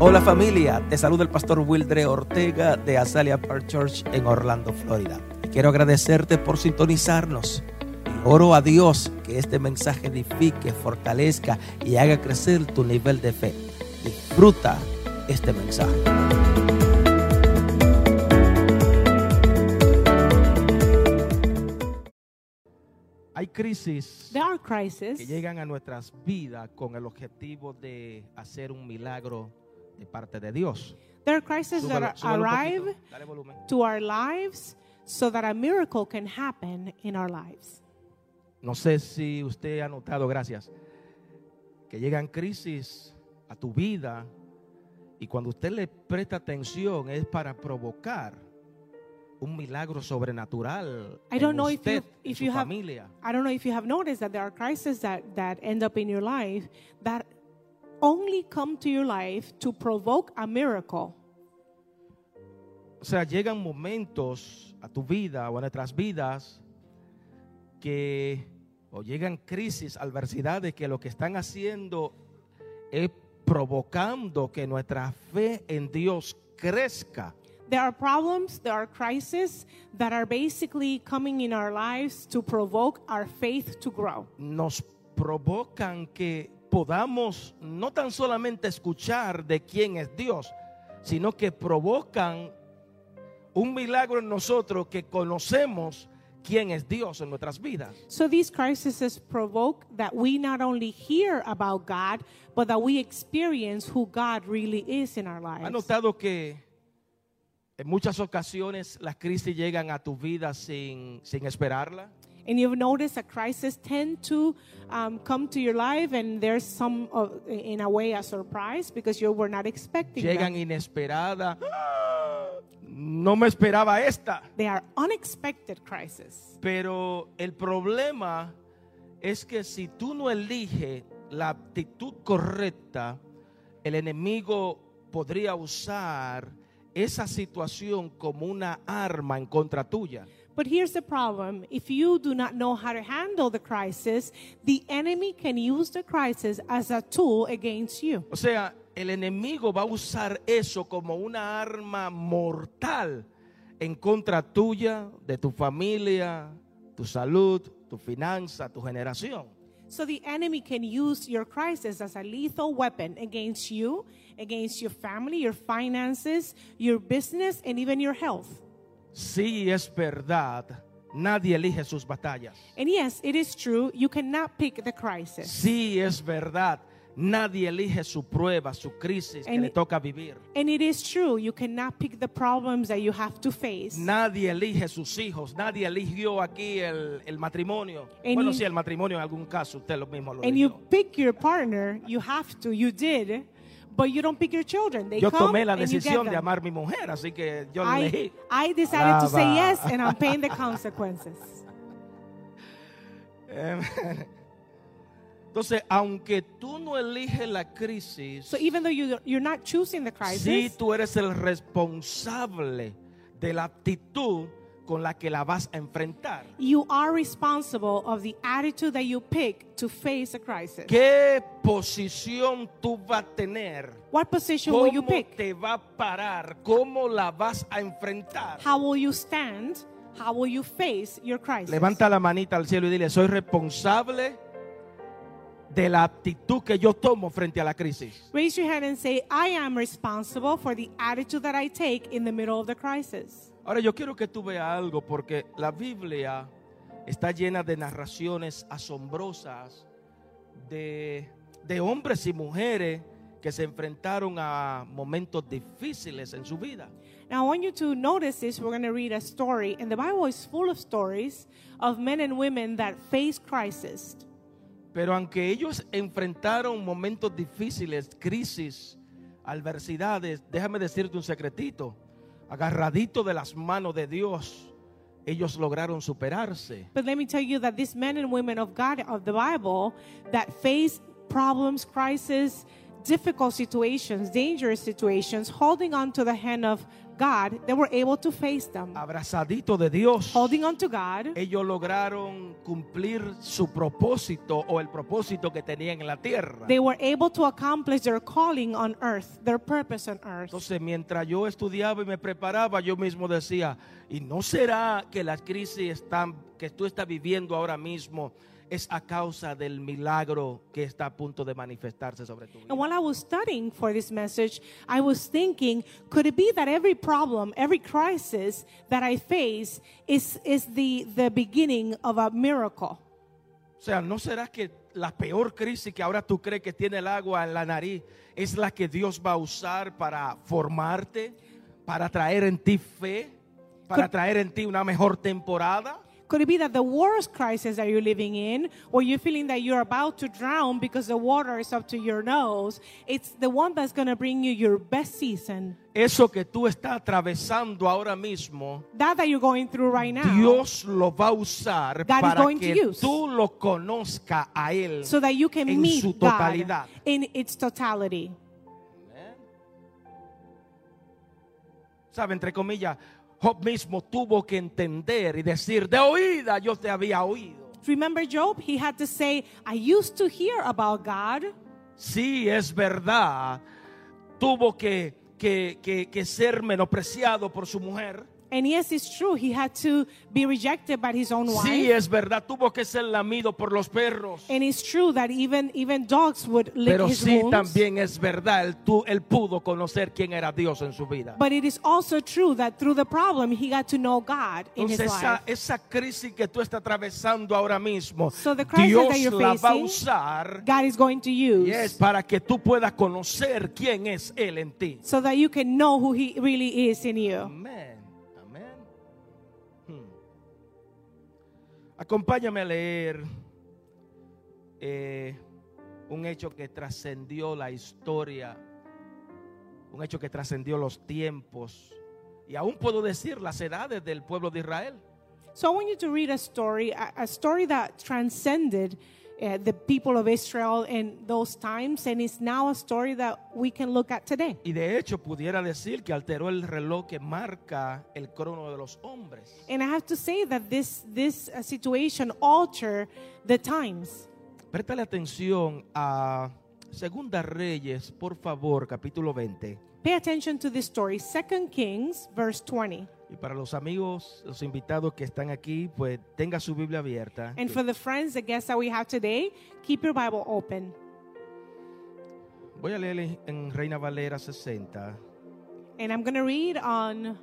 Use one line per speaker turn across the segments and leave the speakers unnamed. Hola familia, te saluda el pastor Wildre Ortega de Azalea Park Church en Orlando, Florida. Y quiero agradecerte por sintonizarnos. Y oro a Dios que este mensaje edifique, fortalezca y haga crecer tu nivel de fe. Disfruta este mensaje. Hay crisis
There are crises
que llegan a nuestras vidas con el objetivo de hacer un milagro de parte de Dios.
There are crises
Súbalo,
that are-
súbalo un
arrive
poquito. Dale volumen.
to our lives so that a miracle can happen in our lives.
No sé si usted ha notado, gracias, que llegan crisis a tu vida y cuando usted le presta atención es para provocar un milagro sobrenatural
I don't
en
know if
usted,
you-
en
if
su
you have-
familia.
I don't know if you have noticed that there are crises that, that end up in your life that only come to your life to provoke a miracle.
O sea, llegan momentos a tu vida o a nuestras vidas que o llegan crisis, adversidades que lo que están haciendo es provocando que nuestra fe en Dios crezca.
There are problems, there are crises that are basically coming in our lives to provoke our faith to grow.
Nos provocan que podamos no tan solamente escuchar de quién es Dios, sino que provocan un milagro en nosotros que conocemos quién es Dios en nuestras vidas.
So these crises provoke that we not only hear about God, but that we experience who God really is in our
¿Ha
lives.
notado que en muchas ocasiones las crisis llegan a tu vida sin, sin esperarla?
And you've noticed that crises tend to um, come to your life, and there's some, uh, in a way, a surprise because you were not expecting
Llegan
them.
inesperada. No me esperaba esta.
They are unexpected crises.
Pero el problema es que si tú no eliges la actitud correcta, el enemigo podría usar esa situación como una arma en contra tuya.
But here's the problem if you do not know how to handle the crisis, the enemy can use the crisis as a tool against you.
O sea, el enemigo va a usar eso como una arma mortal en contra tuya, de tu familia, tu salud, tu finanza, tu generación.
So the enemy can use your crisis as a lethal weapon against you, against your family, your finances, your business, and even your health.
Sí es verdad, nadie elige sus batallas.
And yes, it is true, you cannot pick the crisis.
Sí es verdad, nadie elige su prueba, su crisis que
En-
le toca vivir.
And it is true, you cannot pick the problems that you have to face.
Nadie elige sus hijos, nadie eligió aquí el, el matrimonio.
En-
bueno, sí, el matrimonio en algún caso, usted lo mismo lo
and you
eligió.
pick your partner, you have to, you did, but you don't pick your children. They
Yo
come
tomé la
and you get
decisión de
them.
amar a mi mujer, así que yo la
I,
elegí.
I decided to say
Alaba.
yes, and I'm paying the consequences.
Em, Entonces, aunque tú no eliges la crisis,
So even though you, you're not choosing the crisis,
sí tú eres el responsable de la actitud con la que la vas a enfrentar.
you are responsible of the attitude that you pick to face a crisis.
¿Qué posición tú vas a tener?
what position will you
¿Cómo
pick?
te va a parar? ¿Cómo la vas a enfrentar?
How will you stand? How will you face your crisis?
Levanta la manita al cielo y dile, soy responsable de la actitud que yo tomo frente a la crisis.
Raise your hand and say, I am responsible for the attitude that I take in the middle of the crisis.
Ahora yo quiero que tú veas algo porque la Biblia está llena de narraciones asombrosas de, de hombres y mujeres que se enfrentaron a momentos difíciles en su vida.
Now, I want you to notice this. We're going to read a story, and the Bible is full of stories of men and women that face crisis.
Pero aunque ellos enfrentaron momentos difíciles, crisis, adversidades, déjame decirte un secretito, agarradito de las manos de Dios, ellos lograron superarse.
But let me tell you that these men and women of God of the Bible that face problems, crises, difficult situations, dangerous situations, holding on to the hand of God, they were able to face them.
abrazadito de Dios,
Holding on to God,
ellos lograron cumplir su propósito o el propósito que tenían en la tierra.
they were able to accomplish their calling on earth, their purpose on earth.
Entonces, mientras yo estudiaba y me preparaba, yo mismo decía, ¿y no será que la crisis están- que tú estás viviendo ahora mismo es a causa del milagro que está a punto de manifestarse sobre tu vida?
And while I was studying for this message, I was thinking, could it be that every problem, every crisis that I face is, is the, the beginning of a miracle?
O sea, ¿no será que la peor crisis que ahora tú crees que tiene el agua en la nariz es la que Dios va a usar para formarte, para traer en ti fe, para traer en ti una mejor temporada?
Could it be that the worst crisis that you're living in, or you're feeling that you're about to drown because the water is up to your nose, it's the one that's going to bring you your best season?
Eso que tú estás atravesando ahora mismo,
That that you're going through right now,
Dios lo va a usar
God is
para
going to
que
use.
tú lo conozcas a Él.
so that you can
en
meet
su totalidad.
God in its totality.
¿Sabe? Entre comillas, Job mismo tuvo que entender y decir, de oída yo te había oído.
Remember Job? He had to say, I used to hear about God.
Sí, es verdad, tuvo que, que- que- que ser menospreciado por su mujer.
And yes, it's true. He had to be rejected by his own wife.
Sí, eh. es verdad, tuvo que ser lamido por los perros.
And it's true that even, even dogs would lick
Pero
his
sí,
wounds.
también es verdad, él, tú- él pudo conocer quién era Dios en su vida.
But it is also true that through the problem, he got to know God in his
Entonces
life.
esa, esa crisis que tú estás atravesando ahora mismo,
So the crisis
Dios
that you're
la va a
facing,
usar
God is going to use
er- yes, para que tú puedas conocer quién es Él en ti.
so that you can know who he really is in you.
Amén, amén. Hmm. Acompáñame a leer eh, un hecho que trascendió la historia, un hecho que trascendió los tiempos y aún puedo decir las edades del pueblo de Israel.
So I want you to read a story, a, a story that transcended uh, the people of Israel in those times, and is now a story that we can look at today.
Y de hecho pudiera decir que alteró el reloj que marca el crono de los hombres.
And I have to say that this, this uh, situation altered the times.
Préstale atención a Segunda Reyes, por favor, capítulo 20.
Pay attention to this story, 2 Kings, verse 20.
Y para los amigos, los invitados que están aquí, pues tenga su Biblia abierta.
And for the friends, the guests that we have today, keep your Bible open.
Voy a leer en- en Reina Valera 60.
And I'm going to read on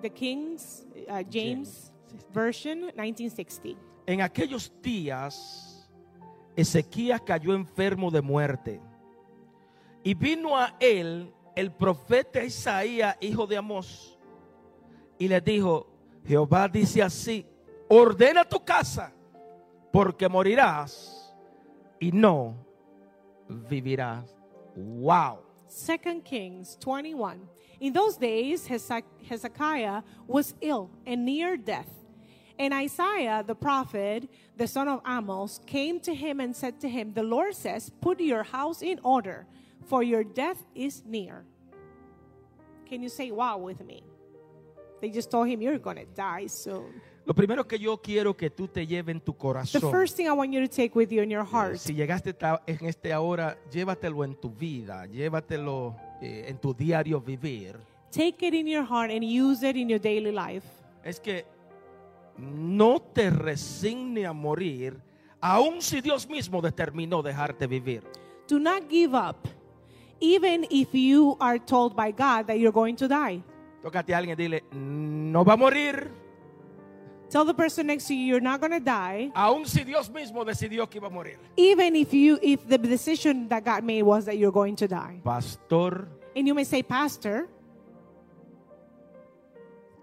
the King's uh, James version, 1960.
En aquellos días, Ezequías cayó enfermo de muerte. Y vino a él el profeta Isaías, hijo de Amós, y le dijo, Jehová dice así, ordena tu casa, porque morirás y no vivirás. ¡Wow!
Second Kings 21. In those days, Hezek- Hezekiah was ill and near death. And Isaiah the prophet, the son of Amos, came to him and said to him, The Lord says, Put your house in order, for your death is near. Can you say wow with me? They just told him, You're going to die soon.
Lo primero que yo quiero que tú te lleves en tu
The
corazón.
first thing I want you to take with you in your
Eh,
heart
Si llegaste ta- en este ahora, llévatelo en tu vida, llévatelo eh, en tu diario vivir.
Take it in your heart and use it in your daily life.
Es que no te resigne a morir, aun si Dios mismo determinó dejarte vivir.
Do not give up, even if you are told by God that you're going to die.
Tócate a alguien y dile, no va a morir,
Tell the person next to you you're not going to die,
aun si Dios mismo decidió que iba a morir.
even if you if the decision that God made was that you're going to die.
Pastor,
And you may say, Pastor,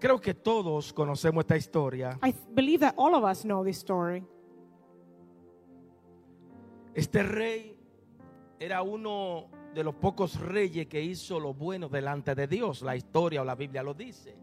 creo que todos conocemos esta historia.
I th- believe that all of us know this story.
Este rey era uno de los pocos reyes que hizo lo bueno delante de Dios. La historia o la Biblia lo dice.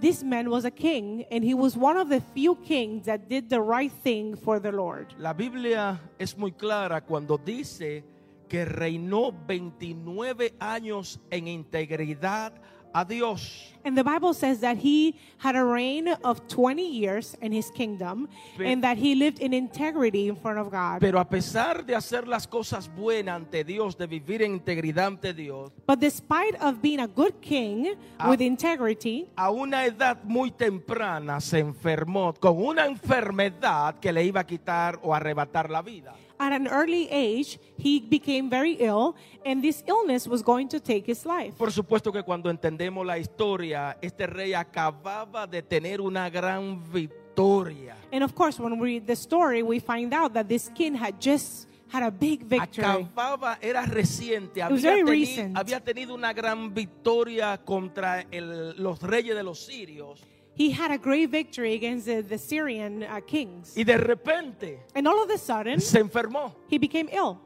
This man was a king, and he was one of the few kings that did the right thing for the Lord.
La Biblia es muy clara cuando dice que reinó 29 años en integridad a Dios.
And the Bible says that he had a reign of 20 years in his kingdom
Pe-
and that he lived in integrity in front of God.
Pero a pesar de hacer las cosas buenas ante Dios, de vivir en integridad ante Dios,
But despite of being a good king
Ah.
with integrity,
a una edad muy temprana se enfermó con una enfermedad que le iba a quitar o arrebatar la vida.
at an early age, he became very ill and this illness was going to take his life.
Por supuesto que cuando entendemos la historia, este rey acababa de tener una gran victoria.
And of course, when we read the story, we find out that this king had just had a big victory.
Acababa, era reciente,
was
había,
very
teni-
recent.
había tenido una gran victoria contra el- los reyes de los sirios.
He had a great victory against the, the Syrian uh, kings.
Y de repente
And all of a sudden,
se enfermó.
he became ill.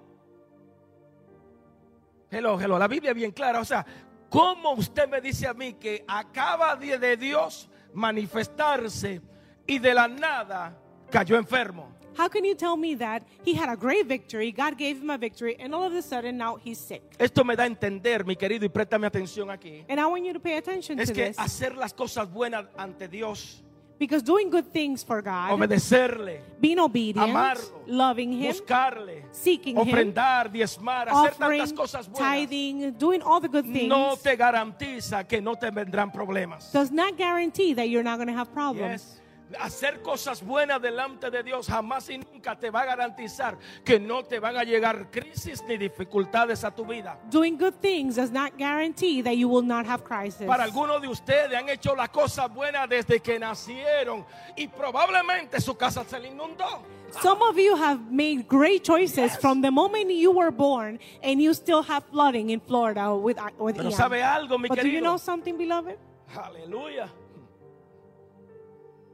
Hello, hello. La Biblia es bien clara. O sea, ¿cómo usted me dice a mí que acaba de, de Dios manifestarse y de la nada cayó enfermo?
How can you tell me that he had a great victory, God gave him a victory, and all of a sudden now he's sick?
Esto me da a entender, mi querido, y préstame atención aquí.
And I want you to pay attention
Es
to
que
this
hacer las cosas buenas ante Dios,
because doing good things for God,
obedecerle,
being obedient,
amarlo,
loving Him,
buscarle,
seeking Him,
ofrendar, diezmar, hacer tantas
offering,
cosas buenas,
tithing, doing all the good things
no te garantiza que no te vendrán problemas.
does not guarantee that you're not going to have problems.
Yes. Hacer cosas buenas delante de Dios jamás y nunca te va a garantizar que no te van a llegar crisis ni dificultades a tu vida.
Doing good things does not guarantee that you will not have crisis.
Para algunos de ustedes han hecho las cosas buenas desde que nacieron y probablemente su casa se le inundó.
Some of you have made great choices from the moment you were born, and you still have flooding in Florida with uh, with
Pero
Ian.
sabe algo, mi
But do you
querido?
know something, beloved?
Aleluya.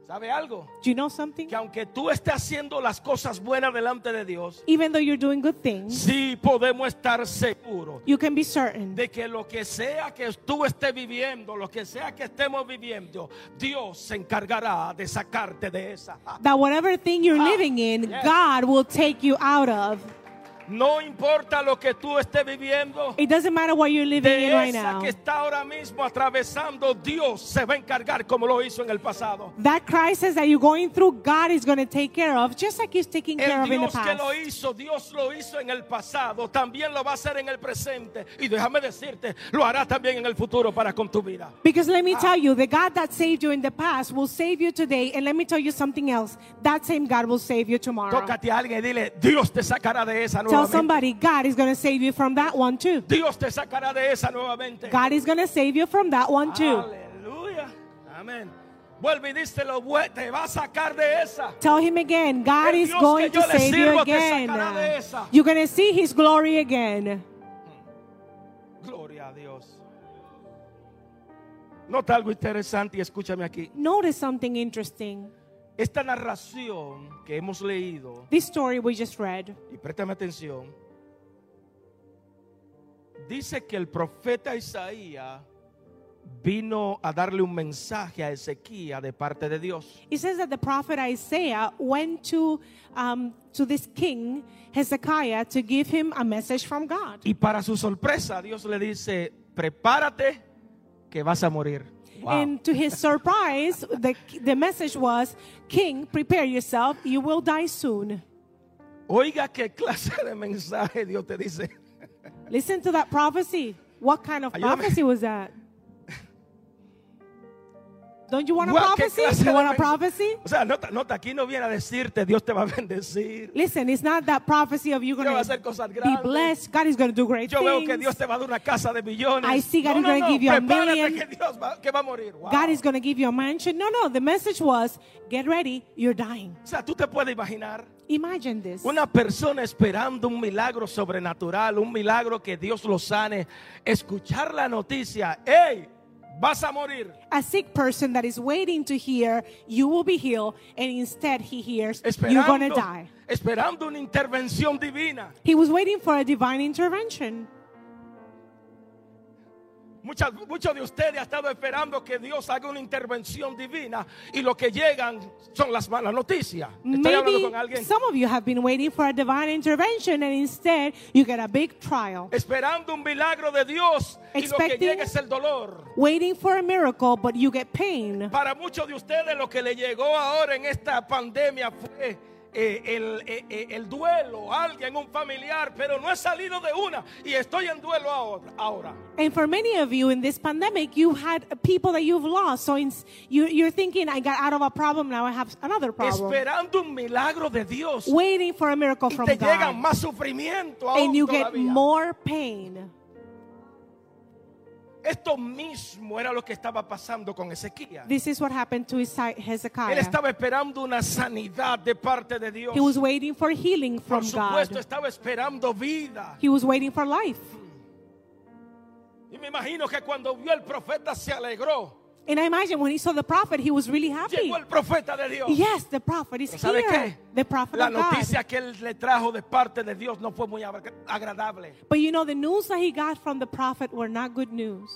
¿Sabe algo?
Do you know something?
Que aunque tú estés haciendo las cosas buenas delante de Dios,
Even though you're doing good things,
sí podemos estar seguros
you can be certain
de que lo que sea que tú estés viviendo, lo que sea que estemos viviendo, Dios se encargará de sacarte de esa.
that whatever thing you're
Ah,
living in,
yes.
God will take you out of.
No importa lo que tú estés viviendo,
It doesn't matter what you're living in
de
right
esa
now.
que está ahora mismo atravesando, Dios se va a encargar como lo hizo en el pasado.
That crisis that you're going through, God is going to take care of, just like He's taking care
El
of in the
Dios que
past.
lo hizo, Dios lo hizo en el pasado, también lo va a hacer en el presente. Y déjame decirte, lo hará también en el futuro para con tu vida.
Because let
Ah.
me tell you, the God that saved you in the past will save you today. And let me tell you something else. That same God will save you tomorrow.
Tócate a alguien y dile, Dios te sacará de esa
Tell
nuevamente.
somebody, God is going to save you from that one too.
Dios te sacará de esa nuevamente.
God is going to save you from that one too.
Aleluya. Amén. Vuelve y díselo, "Bue- te va a sacar de esa.
Tell him again, God
El
is
Dios
going
que yo
to
le
save you
sirvo te
again.
sacará de esa.
You're going to see his glory again.
Gloria a Dios. Nota algo interesante y escúchame aquí.
Notice something interesting.
Esta narración que hemos leído,
This story we just read.
y préstame atención, dice que el profeta Isaías vino a darle un mensaje a Ezequiel de parte de Dios.
It says that the prophet Isaiah went to, um, to this king, Hezekiah, to give him a message from God.
Y para su sorpresa, Dios le dice, prepárate que vas a morir. Wow.
And to his surprise, the, the message was, King, prepare yourself, you will die soon.
Oiga qué clase de mensaje Dios te dice.
Listen to that prophecy. What kind of
Ayúdame.
prophecy was that? Don't you want a
Wow, qué
prophecy?
clase
You
de
want a
mens-
prophecy?
O sea, nota, nota, aquí no viene a decirte Dios te va a bendecir.
Listen, it's not that prophecy of you're
Dios va a
going
hacer cosas
to be
grandes.
blessed. God is going to do great
Yo veo que Dios
things.
te va a dar una casa de millones.
I see
no,
God is
no,
gonna
no,
give you a
prepárate
million.
que Dios va, que va a morir. Wow.
God is going to give you a mansion. No, no, the message was, get ready, you're dying.
O sea, tú te puedes imaginar
Imagine this.
una persona esperando un milagro sobrenatural, un milagro que Dios lo sane, escuchar la noticia, hey, vas a morir.
a sick person that is waiting to hear you will be healed and instead he hears you're going to
esperando,
die
esperando una intervención divina.
he was waiting for a divine intervention
Muchas- muchos de ustedes han estado esperando que Dios haga una intervención divina y lo que llegan son las malas noticias. Estoy hablando con
Maybe
alguien.
some of you have been waiting for a divine intervention and instead you get a big trial.
Esperando un milagro de Dios y lo que
Expecting-
llega es el dolor.
Waiting for a miracle, but you get pain.
Para muchos de ustedes lo que le llegó ahora en esta pandemia fue eh, el, eh, eh, el duelo, alguien, un familiar, pero no he salido de una y estoy en duelo ahora. ahora.
And for many of you in this pandemic, you had people that you've lost. So in, you, you're thinking, I got out of a problem, now I have another problem.
Esperando un milagro de Dios
Waiting for a miracle
y
from
te llega
God.
más sufrimiento aún
And you get
todavía.
more pain.
Esto mismo era lo que estaba pasando con Ezequiel.
This is what happened to Hezek-
Él
Hezekiah.
estaba esperando una sanidad de parte de Dios.
He was waiting for healing
Por
from
supuesto,
God.
estaba esperando vida.
He was waiting for life.
Y me imagino que cuando vio el profeta se alegró.
And I imagine when he saw the prophet, he was really happy.
Llegó el profeta de Dios.
Yes, the prophet is
¿Sabe
here.
qué?
The prophet
La
of God.
noticia que él le trajo de parte de Dios no fue muy agra- agradable.
But you know, the news that he got from the prophet were not good news.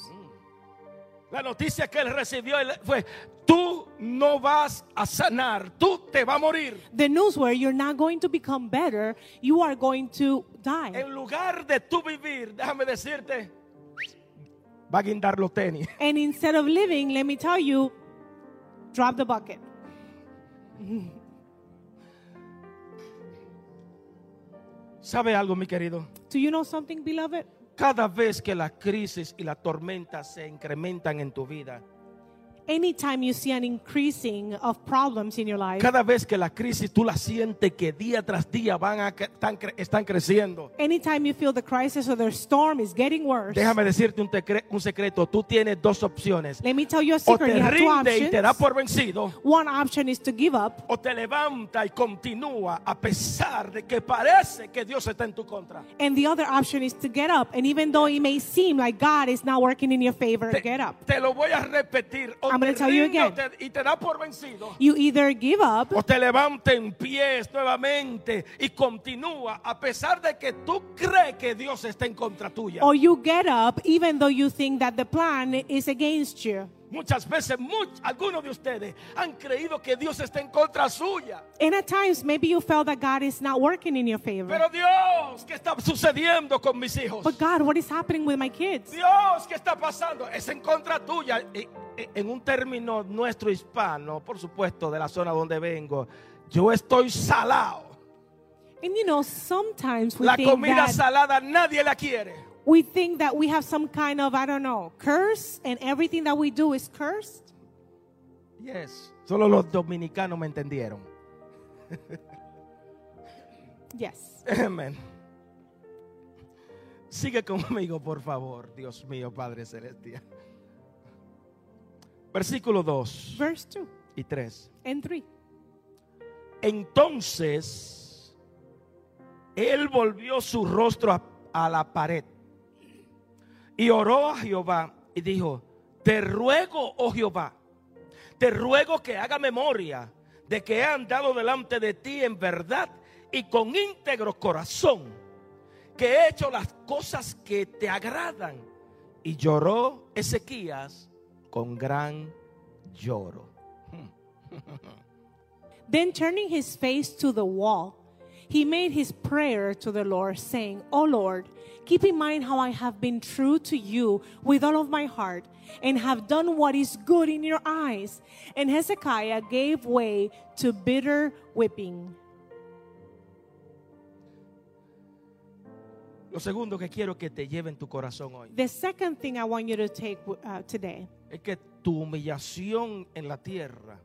La noticia que él recibió él- fue, tú no vas a sanar, tú te vas a morir.
The news were you're not going to become better, you are going to die.
En lugar de tú vivir, déjame decirte, va a guindar los tenis.
And instead of living, let me tell you, drop the bucket.
¿Sabe algo, mi querido?
Do you know something, beloved?
Cada vez que la crisis y la tormenta se incrementan en tu vida,
Anytime you see an increasing of problems in your life,
cada vez que la crisis tú la sientes que día tras día van a, cre- están, cre- están creciendo,
anytime you feel the crisis or the storm is getting worse,
déjame decirte un, tecre- un secreto, tú tienes dos opciones.
let me tell you a
O
secret.
te
You have two
rinde y te da
options.
por vencido,
One option is to give up.
o te levanta y continúa a pesar de que parece que Dios está en tu contra.
And the other option is to get up. And even though it may seem like God is not working in your favor,
Te,
get up.
te lo voy a repetir. O
I'm
te
gonna tell you
rinde o
again.
te- y te da por vencido.
You either give up
O te levanta en pies nuevamente y continúa a pesar de que tú crees que Dios está en contra tuya.
or you get up even though you think that the plan is against you.
Muchas veces much- algunos de ustedes han creído que Dios está en contra suya.
And at times, maybe you felt that God is not working in your favor.
Pero Dios, ¿qué está sucediendo con mis hijos?
But God, what is happening with my kids?
Dios, ¿qué está pasando? Es en contra tuya. E- e- En un término nuestro hispano, por supuesto, de la zona donde vengo, yo estoy salado.
And you know, sometimes we
La
think
comida
that
salada nadie la quiere.
we think that we have some kind of I don't know curse, and everything that we do is cursed.
Yes. Solo los dominicanos me entendieron.
Yes.
Amén. Sigue conmigo, por favor, Dios mío, Padre Celestial. Versículo 2
Verse two
y 3.
and three.
Entonces, él volvió su rostro a, a la pared y oró a Jehová y dijo, te ruego, oh Jehová, te ruego que haga memoria de que he andado delante de ti en verdad y con íntegro corazón, que he hecho las cosas que te agradan. Y lloró Ezequías con gran lloro.
Then turning his face to the wall, he made his prayer to the Lord, saying, O Lord, keep in mind how I have been true to you with all of my heart, and have done what is good in your eyes. And Hezekiah gave way to bitter weeping.
Lo segundo que quiero que te lleve en tu corazón hoy.
The second thing I want you to take uh, today
es que tu humillación en la tierra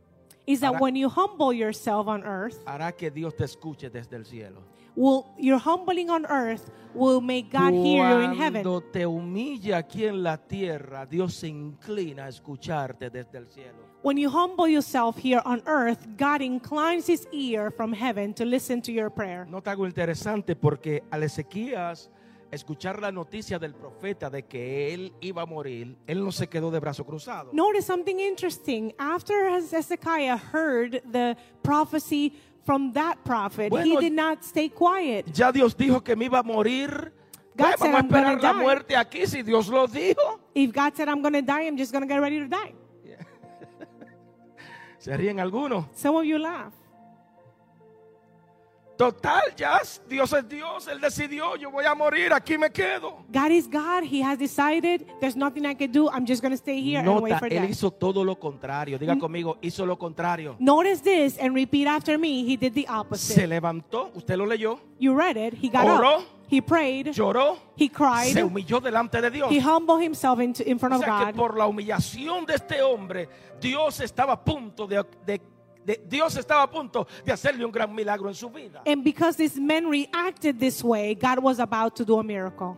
is that
Ahora-
when you humble yourself on earth,
hará que Dios te escuche desde el cielo.
will your humbling on earth will make God hear you in heaven.
Cuando te humilla aquí en la tierra, Dios se inclina a escucharte desde el cielo.
When you humble yourself here on earth, God inclines his ear from heaven to listen to your prayer.
Nota algo interesante porque al Ezequías escuchar la noticia del profeta de que él iba a morir, él no se quedó de brazo cruzado.
Notice something interesting. After Hezekiah heard the prophecy from that prophet, he
Bueno,
did not stay quiet.
Ya Dios dijo que me iba a morir,
God
Pues,
said,
vamos a
I'm going
esperar
to
la
die.
muerte aquí si Dios lo dijo.
If God said, I'm going to die, I'm just going to get ready to die.
Se ríen algunos.
Some of you laugh.
Total, ya Dios es Dios, Él decidió, yo voy a morir, aquí me quedo.
God is God. He has decided there's nothing I can do. I'm just going to stay here and wait
Nota,
for Mm.
Él
death.
hizo todo lo contrario. Diga conmigo, hizo lo contrario.
Notice this and repeat after me. He did the
Se
opposite.
levantó, usted lo leyó,
You read it. He got
Oró.
up. He prayed.
lloró,
He cried.
se humilló delante de Dios.
He humbled himself in, in front
O
of
sea que
God.
por la humillación de este hombre, Dios estaba a punto de, de- de- Dios estaba a punto de hacerle un gran milagro en su vida.
And because this man reacted this way, God was about to do a miracle.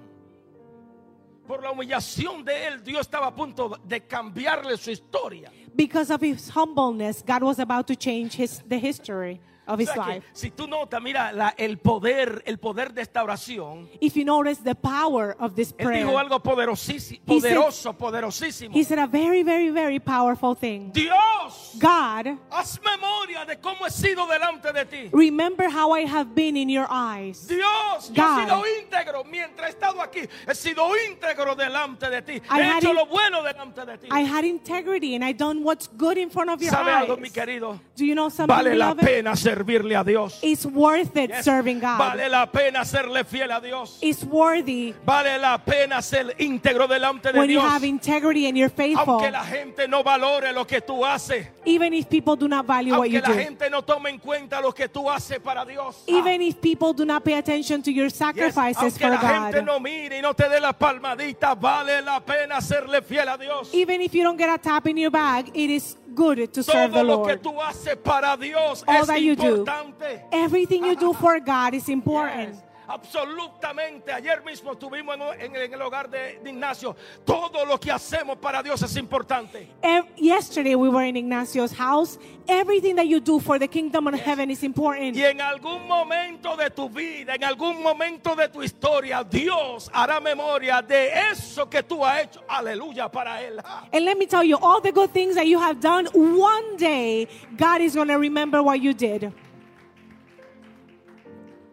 Por la humillación de él, Dios estaba a punto de cambiarle su historia.
Because of his humbleness, God was about to change his, the history of
O
his
sea que,
life.
si tú notas, mira la- el poder, el poder de esta oración.
If you notice the power of this
Él dijo
prayer,
algo poderosísimo,
He said-
poderoso, poderosísimo.
he said a very, very, very powerful thing.
Dios,
God,
haz memoria de cómo he sido delante de ti.
remember how I have been in your eyes.
Dios, yo he
God.
sido íntegro mientras he estado aquí. He sido íntegro delante de ti.
I
he
had
hecho
in-
lo bueno delante de ti.
I had integrity and I done what's good in front of your
¿Sabe algo, mi
eyes.
querido?
Do you know something,
Vale la
beloved?
pena servirle a Dios.
It's worth it
Yes.
serving God.
Vale la pena serle fiel a Dios.
It's worthy
Vale la pena ser íntegro delante de
when you
Dios.
have integrity and you're faithful,
Aunque la gente no valore lo que tú haces.
even if people do not value what
Aunque
you
la
do,
gente no tome en cuenta lo que tú haces para Dios. Ah,
even if people do not pay attention to your
Yes,
sacrifices
Aunque
for
la gente
God,
no mire y no te dé la palmadita, vale la pena serle fiel a Dios.
even if you don't get a tap in your bag, it is good to serve
Todo
the
lo que
Lord.
tú haces para Dios
All
es
that you do.
importante.
Everything you do for God is important.
Ah, Yes, Absolutamente. Ayer mismo estuvimos en, en- en el hogar de, de Ignacio. Todo lo que hacemos para Dios es importante.
Ev- Yesterday we were in Ignacio's house. Everything that you do for the kingdom of heaven is important.
Y en algún momento de tu vida, en algún momento de tu historia, Dios hará memoria de eso que tú has hecho. Aleluya para Él. Ah.
And let me tell you, all the good things that you have done, one day God is going to remember what you did.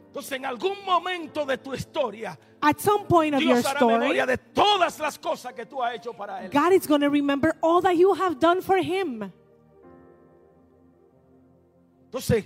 Entonces, en algún momento de tu historia,
At some point of your
Dios hará
story,
memoria de todas las cosas que tú has hecho para Él.
God is going to remember all that you have done for Him.
Entonces,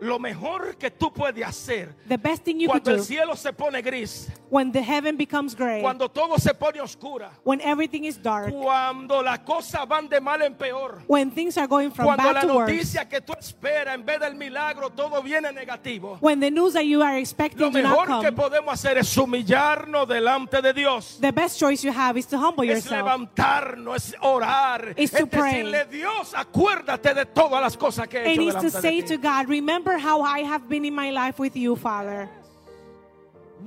lo mejor que tú puedes hacer
The best thing you could
cuando el
do
cielo se pone gris,
when the heaven becomes gray,
cuando todo se pone oscura,
when everything is dark,
cuando las cosas van de mal en peor,
when things are going from
cuando
bad
la
to worse,
noticia que tú esperas en vez del milagro todo viene negativo.
when the news that you are
Lo
expecting do not
mejor que
come.
podemos hacer es humillarnos delante de Dios.
The best choice you have is to humble
Es
yourself.
levantarnos, es orar,
It's
es
to pray.
decirle Dios, acuérdate de todas las cosas que he
And
hecho
is to
delante
say
de
to
ti.
God, Remember how I have been in my life with you, Father.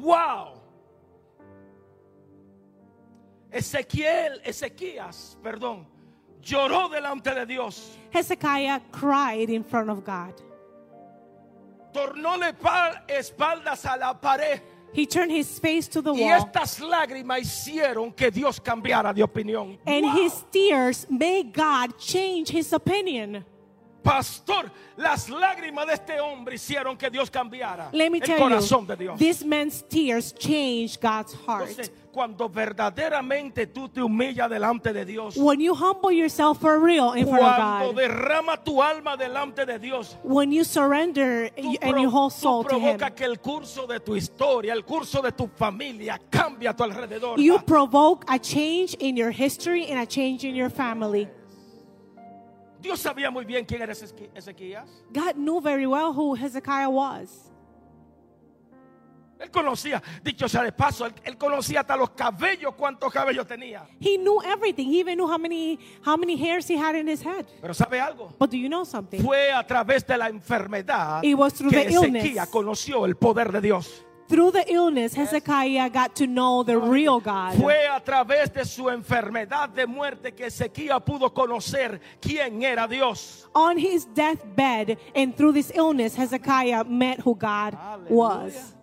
Wow. Ezequiel, Ezequías, perdón, lloró delante de Dios.
Hezekiah cried in front of God.
Tornóle pa- espaldas a la pared.
He turned his face to the
Y
wall,
estas lágrimas hicieron que Dios cambiara de opinión.
and
Wow.
his tears made God change his opinion.
Pastor, las lágrimas de este hombre hicieron que Dios cambiara
Let me
el
tell
corazón
you,
de Dios.
this man's tears changed God's heart.
Entonces, cuando verdaderamente tú te humillas delante de Dios,
When you humble yourself for real in front of
cuando
God,
derrama tu alma delante de Dios,
when you surrender
tú,
y-
pro-
and your whole
tú
soul to Him,
provocas que el curso de tu historia, el curso de tu familia cambie a tu alrededor.
you
Ah,
provoke a change in your history and a change in your family.
Dios sabía muy bien quién era Ezequi- Ezequías.
God knew very well who Hezekiah was.
Él conocía, dicho sea de paso, él, él conocía hasta los cabellos, cuántos cabellos tenía.
He knew everything. He even knew how many how many hairs he had in his head.
Pero ¿sabe algo?
But do you know something?
Fue a través de la enfermedad
It was through
que
the illness.
Ezequías conoció el poder de Dios.
Through the illness, Hezekiah got to know the real God.
Fue a través de su enfermedad de muerte que Ezequías pudo conocer quién era Dios.
On his deathbed and through this illness, Hezekiah met who God was.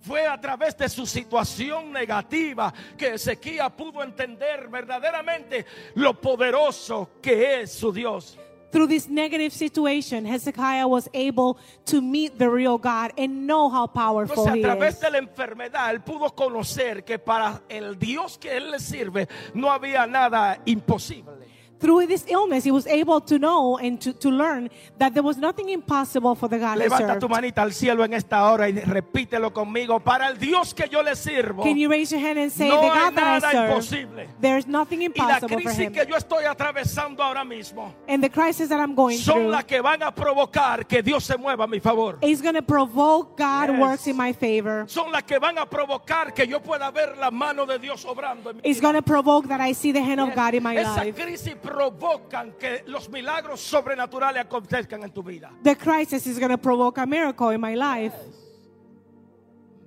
Fue a través de su situación negativa que Ezequías pudo entender verdaderamente lo poderoso que es su Dios.
Through this negative situation, Hezekiah was able to meet the real God and know how powerful
Entonces, a
he
través
is.
de la enfermedad, él pudo conocer que para el Dios que él le sirve no había nada imposible.
Through this illness, he was able to know and to, to learn that there was nothing impossible for the God he
Levanta
served.
tu manita al cielo en esta hora y repítelo conmigo. Para el Dios que yo le sirvo,
Can you raise your hand and say,
No
the
hay
God that
nada
I serve,
imposible."
there's
y
nothing
la
impossible for
crisis
him.
que yo estoy atravesando ahora mismo
and the crisis that I'm going
son
through
las que van a provocar que Dios se mueva a mi favor.
is going to provoke God
Yes.
works in my favor.
Son las que van a provocar que yo pueda ver la mano de Dios obrando en mi
It's
vida.
going to provoke that I see the hand of God in my
Esa
life.
crisis provocan que los milagros sobrenaturales acontezcan en tu vida.
The crisis is going to provoke a miracle in my life.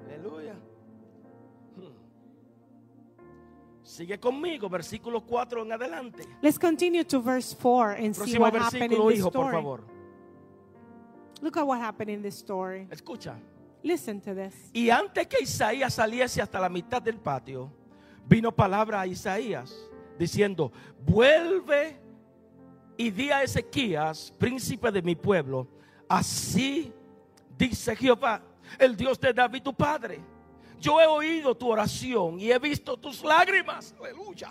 Aleluya. Hmm. Sigue conmigo, versículo 4 en adelante.
Let's continue to verse 4 and see
Próximo
what happened in
versículo,
this
hijo, por
story.
favor.
Look at what happened in this story.
Escucha.
Listen to this.
Y antes que Isaías saliese hasta la mitad del patio, vino palabra a Isaías diciendo, vuelve y di a Ezequías, príncipe de mi pueblo, así dice Jehová, el Dios de David tu padre. Yo he oído tu oración y he visto tus lágrimas, aleluya.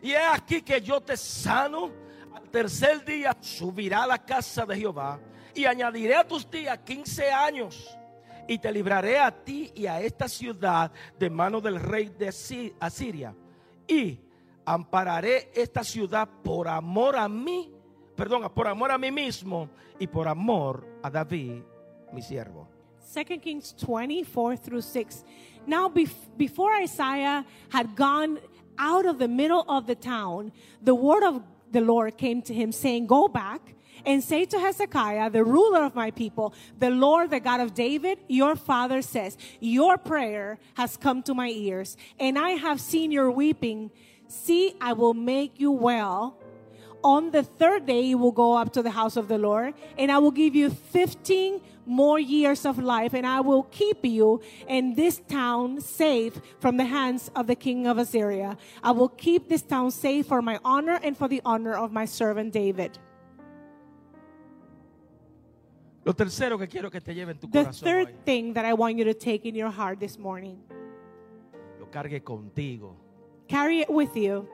Y he aquí que yo te sano, al tercer día subirá a la casa de Jehová y añadiré a tus días 15 años y te libraré a ti y a esta ciudad de mano del rey de Si- Asiria. Y ampararé esta ciudad por amor a mí, perdón, por amor a mí mismo y por amor a David, mi siervo.
2 Kings 24 through 6. Now, bef- before Isaiah had gone out of the middle of the town, the word of the Lord came to him, saying, Go back and say to Hezekiah, the ruler of my people, the Lord, the God of David, your father says, Your prayer has come to my ears, and I have seen your weeping. See, I will make you well. On the third day, you will go up to the house of the Lord, and I will give you 15 more years of life, and I will keep you and this town safe from the hands of the king of Assyria. I will keep this town safe for my honor and for the honor of my servant David.
Lo tercero que quiero que te lleve en tu
The
corazón hoy,
third thing that I want you to take in your heart this morning,
lo cargue contigo,
carry it with you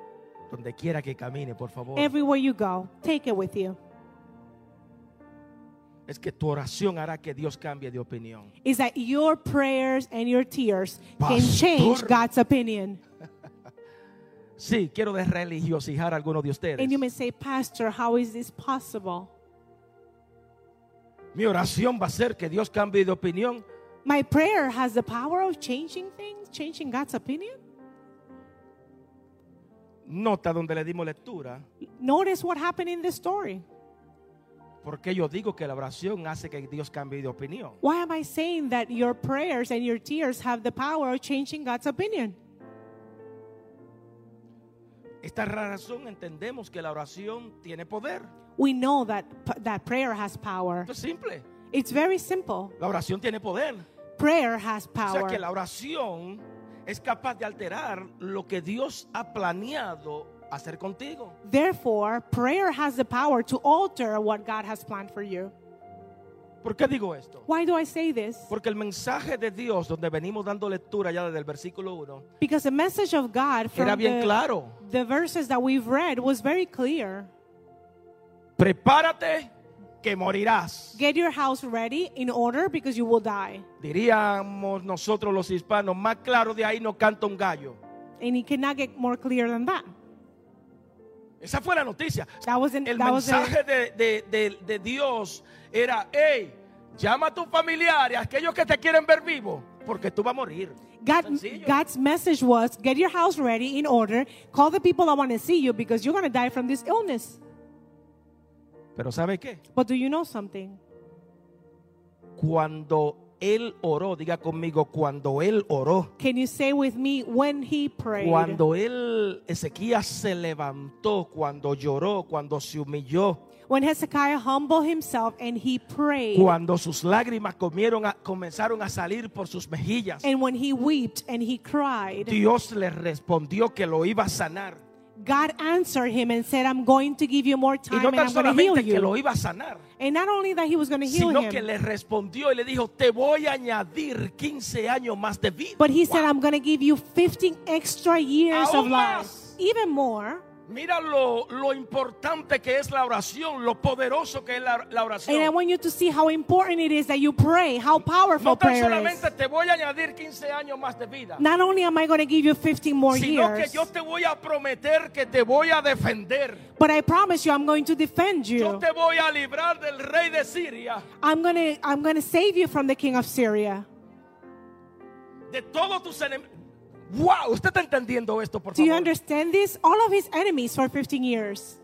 donde quiera que camine, por favor.
everywhere you go. Take it with you.
es que tu oración hará que Dios cambie de opinión.
Is that your prayers and your tears can
Pastor.
change God's opinion?
Sí, quiero desreligiosidad a algunos de ustedes.
And you may say, Pastor, how is this possible?
Mi oración va a ser que Dios cambie de opinión.
My prayer has the power of changing things, changing God's opinion.
Nota donde le dimos lectura.
Notice what happened in this story.
Porque yo digo que la oración hace que Dios cambie de opinión.
Why am I saying that your prayers and your tears have the power of changing God's opinion?
Esta razón entendemos que la oración tiene poder.
We know that that prayer has power.
Esto es simple.
It's very simple.
La oración tiene poder.
Prayer has
O sea
power.
que la oración es capaz de alterar lo que Dios ha planeado hacer contigo.
Therefore, prayer has the power to alter what God has planned for you.
¿Por qué digo esto?
Why do I say this?
Porque el mensaje de Dios, donde venimos dando lectura ya desde el versículo 1,
Because the message of God from
era bien
the-
claro.
the verses that we've read was very clear.
Prepárate que morirás.
Get your house ready in order because you will die.
Diríamos nosotros los hispanos, más claro de ahí no canta un gallo.
And it cannot get more clear than that.
Esa fue la noticia.
That was an-
El
that was a-
mensaje de, de- de- de Dios era, hey, llama a tus familiares, aquellos que te quieren ver vivo, porque tú vas a morir.
God,
Sencillo.
God's message was get your house ready in order, call the people that want to see you because you're going to die from this illness.
Pero ¿sabe qué?
But do you know something?
Cuando él oró, diga conmigo, cuando él oró,
Can you say with me when he prayed?
cuando él, Ezequías se levantó, cuando lloró, cuando se humilló,
When Hezekiah humbled himself and he prayed,
cuando sus lágrimas comieron a- comenzaron a salir por sus mejillas.
and when he wept and he cried,
Dios le respondió que lo iba a sanar.
God answered him and said, I'm going to give you more
Y
time
no
and
tan
I'm going to heal
solamente que
you.
lo iba a sanar,
And not only that he was going to heal
sino que
him,
le respondió y le dijo, te voy a añadir 15 años más de vida.
but he said,
Wow.
I'm going to give you 15 extra years of
Aún
life.
más.
Even more,
Mira lo, lo importante que es la oración, lo poderoso que es la, la
and I
oración.
want you to see how important it is that you pray, how powerful
No tan
prayer is.
solamente te voy a añadir 15 años más de vida,
Not only am I going to give you 15 more
sino que
years,
yo te voy a prometer que te voy a defender.
but I promise you I'm going to defend
Yo
you.
te voy a librar del rey de Siria,
I'm going to I'm going to save you from the king of Syria.
de todos tus enemigos. Wow, usted está entendiendo esto, por
Do you
favor.
understand this? All of his enemies for 15 years.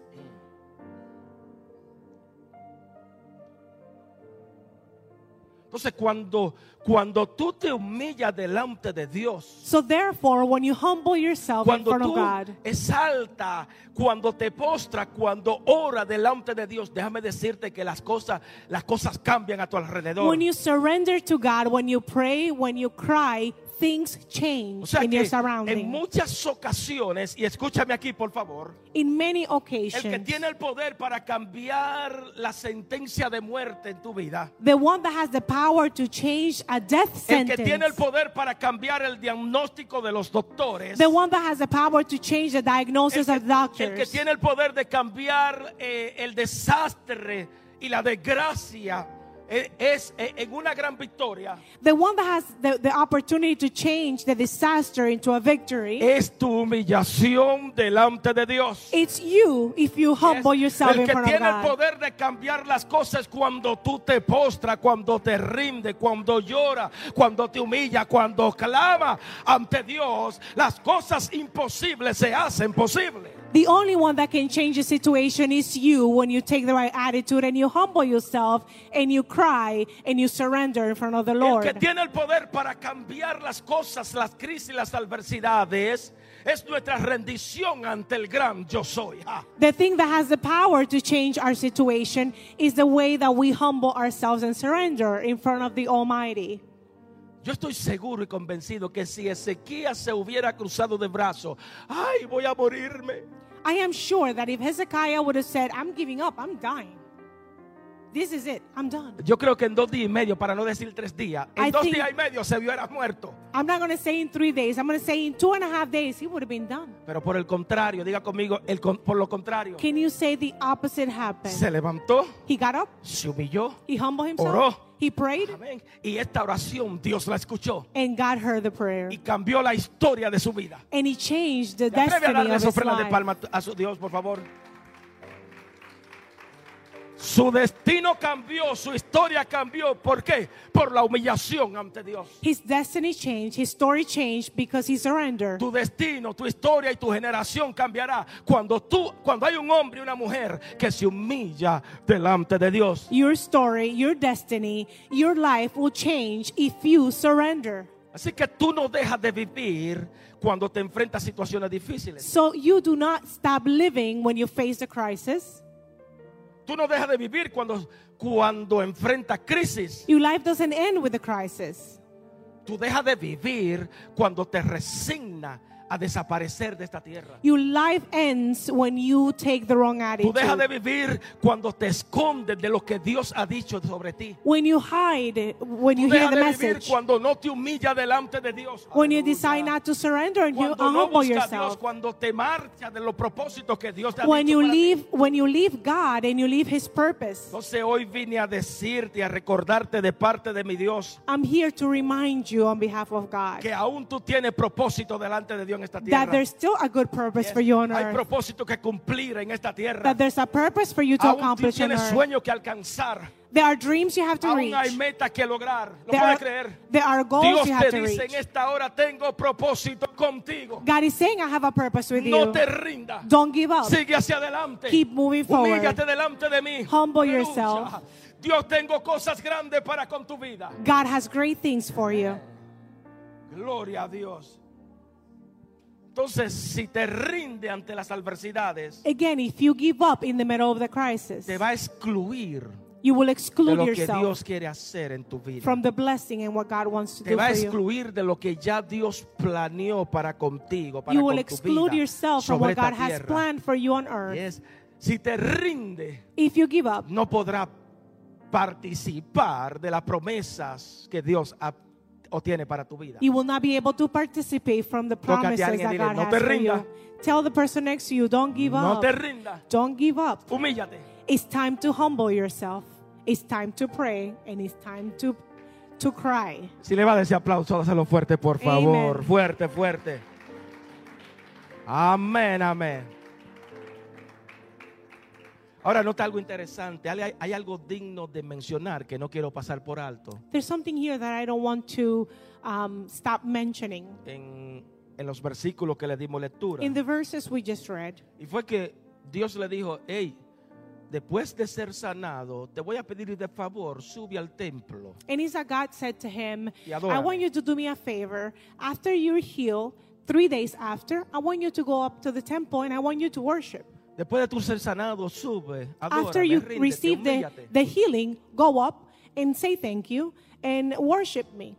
Entonces, cuando, cuando tú te humillas delante de Dios,
So therefore, when you humble yourself in
cuando
front of
tú
God,
exaltas, cuando te postras, cuando oras delante de Dios, déjame decirte que las cosas, las cosas cambian a tu alrededor.
when you surrender to God, when you pray, when you cry, things
O
change
sea
in
que
your
en
surroundings.
muchas ocasiones, y escúchame aquí, por favor.
In many
El que
occasions,
tiene el poder para cambiar la sentencia de muerte en tu vida.
the one that has the power to change a death
El que tiene el
sentence,
poder para cambiar el diagnóstico de los doctores.
the one that has the power to change the diagnosis of
El que
doctors,
tiene el poder de cambiar eh, el desastre y la desgracia eh, es eh, en una gran victoria.
the one that has the, the opportunity to change the disaster into a victory.
Es tu humillación delante de Dios.
It's you if you humble yourself
El
in
que
front of
tiene el
God.
poder de cambiar las cosas cuando tú te postras, cuando te rinde, cuando llora, cuando te humilla, cuando clama ante Dios, las cosas imposibles se hacen posibles.
The only one that can change the situation is you when you take the right attitude and you humble yourself and you cry and you surrender in front of the
El
Lord.
que tiene el poder para cambiar las cosas, las crisis y las adversidades es nuestra rendición ante el gran yo soy. Ah.
The thing that has the power to change our situation is the way that we humble ourselves and surrender in front of the Almighty.
Yo estoy seguro y convencido que si Ezequías se hubiera cruzado de brazos, ay, voy a morirme.
I am sure that if Hezekiah would have said, I'm giving up, I'm dying. This is it, I'm done.
Yo creo que en dos días y medio, para no decir tres días, en
I
dos
think-
días y medio se hubiera muerto.
I'm not going to say in three days, I'm going to say in two and a half days, he would have been done.
Pero por el contrario, diga conmigo, el con- por lo contrario,
Can you say the opposite happened?
se levantó,
He got up.
se humilló,
He humbled himself.
Oró.
He prayed.
amén. Y esta oración Dios la escuchó
And God heard the prayer.
y cambió la historia de su vida.
And he changed the
¿Te atreves a
destiny
darle
of
esa
his
ofrenda de
life.
palma a su Dios, por favor? Su destino cambió, su historia cambió. ¿Por qué? Por la humillación ante Dios.
His destiny changed. His story changed because he surrendered.
Tu destino, tu historia y tu generación cambiará cuando tú, cuando hay un hombre y una mujer que se humilla delante de Dios.
Your story, your destiny, your life will change if you surrender.
Así que tú no dejas de vivir cuando te enfrentas a situaciones difíciles.
So you do not stop living when you face a crisis.
Tú no dejas de vivir cuando cuando enfrentas crisis.
Your life doesn't end with a crisis.
Tú dejas de vivir cuando te resignas a desaparecer de esta tierra.
Your life ends when you take the wrong
Tú
attitude.
dejas de vivir cuando te escondes de lo que Dios ha dicho sobre ti.
When you hide, when
Tú
you
dejas
hear the
de vivir
message.
cuando no te humillas delante de Dios.
When you
Aleluya.
decide not to surrender and you
cuando no
humble
buscas a Dios,
yourself.
cuando te marchas de los propósitos que Dios te ha
When
dicho
you
para ti.
leave when you leave God and you leave his purpose.
Entonces hoy vine a decirte, a recordarte de parte de mi Dios
I'm here to remind you on behalf of God
que aún tú tienes propósito delante de Dios en esta
that
tierra.
there's still a good purpose
Yes.
for you on
Hay
earth.
propósito que cumplir en esta tierra.
That there's a purpose for you to
Aún tú
accomplish on
tienes
earth.
sueños que alcanzar.
There are dreams you have to
Aún hay
reach.
metas que lograr. ¿Lo
There
puedes
are,
creer?
there are
Dios
goals you
te
have to
dice
reach.
en esta hora tengo propósito contigo.
God is saying I have a purpose with
No
you.
te rinda.
Don't give up.
Sigue hacia adelante.
Keep moving forward.
Humíllate delante de mí.
Humble
Aleluya.
yourself.
Dios tengo cosas grandes para con tu vida.
God has great things for you.
Gloria a Dios. Entonces, si te rinde ante las adversidades,
Again, if you give up in the middle of the crisis,
te va a excluir
You will
de
exclude
lo que
yourself
Dios quiere hacer en tu vida.
from the blessing and what God wants to
Te
do
va a
for you.
excluir de lo que ya Dios planeó para contigo, para
You will
con tu
exclude
vida
yourself from
sobre
what
esta
God has
tierra.
planned for you on earth.
Yes. Si te rinde,
If you give up,
no podrá participar de las promesas que Dios ha- obtiene para tu vida.
you will not be able to participate from the
Tócate a
promises
alguien y
that
dile,
God
"No
has
te
for
rinda.
you. Tell the person next to you, don't give
No
up.
te rindas,
Don't give up.
humíllate.
It's time to humble yourself. It's time to pray and it's time to to cry.
Si le va a ese aplauso, dáselo fuerte, por favor.
Amen.
Fuerte, fuerte. Amén, amén. Ahora nota algo interesante. Hay, hay algo digno de mencionar que no quiero pasar por alto.
There's something here that I don't want to um, stop mentioning
En, en los versículos que le dimos lectura.
in the verses we just read.
Y fue que Dios le dijo, hey, después de ser sanado, te voy a pedir de favor, sube al templo.
And it's that God said to him,
Y
I
adórame.
want you to do me a favor. After you're healed, three days after, I want you to go up to the temple and I want you to worship.
Después de tu ser sanado, sube, adórame,
After you
ríndete,
receive the,
humíllate.
the healing, go up and say thank you and worship me.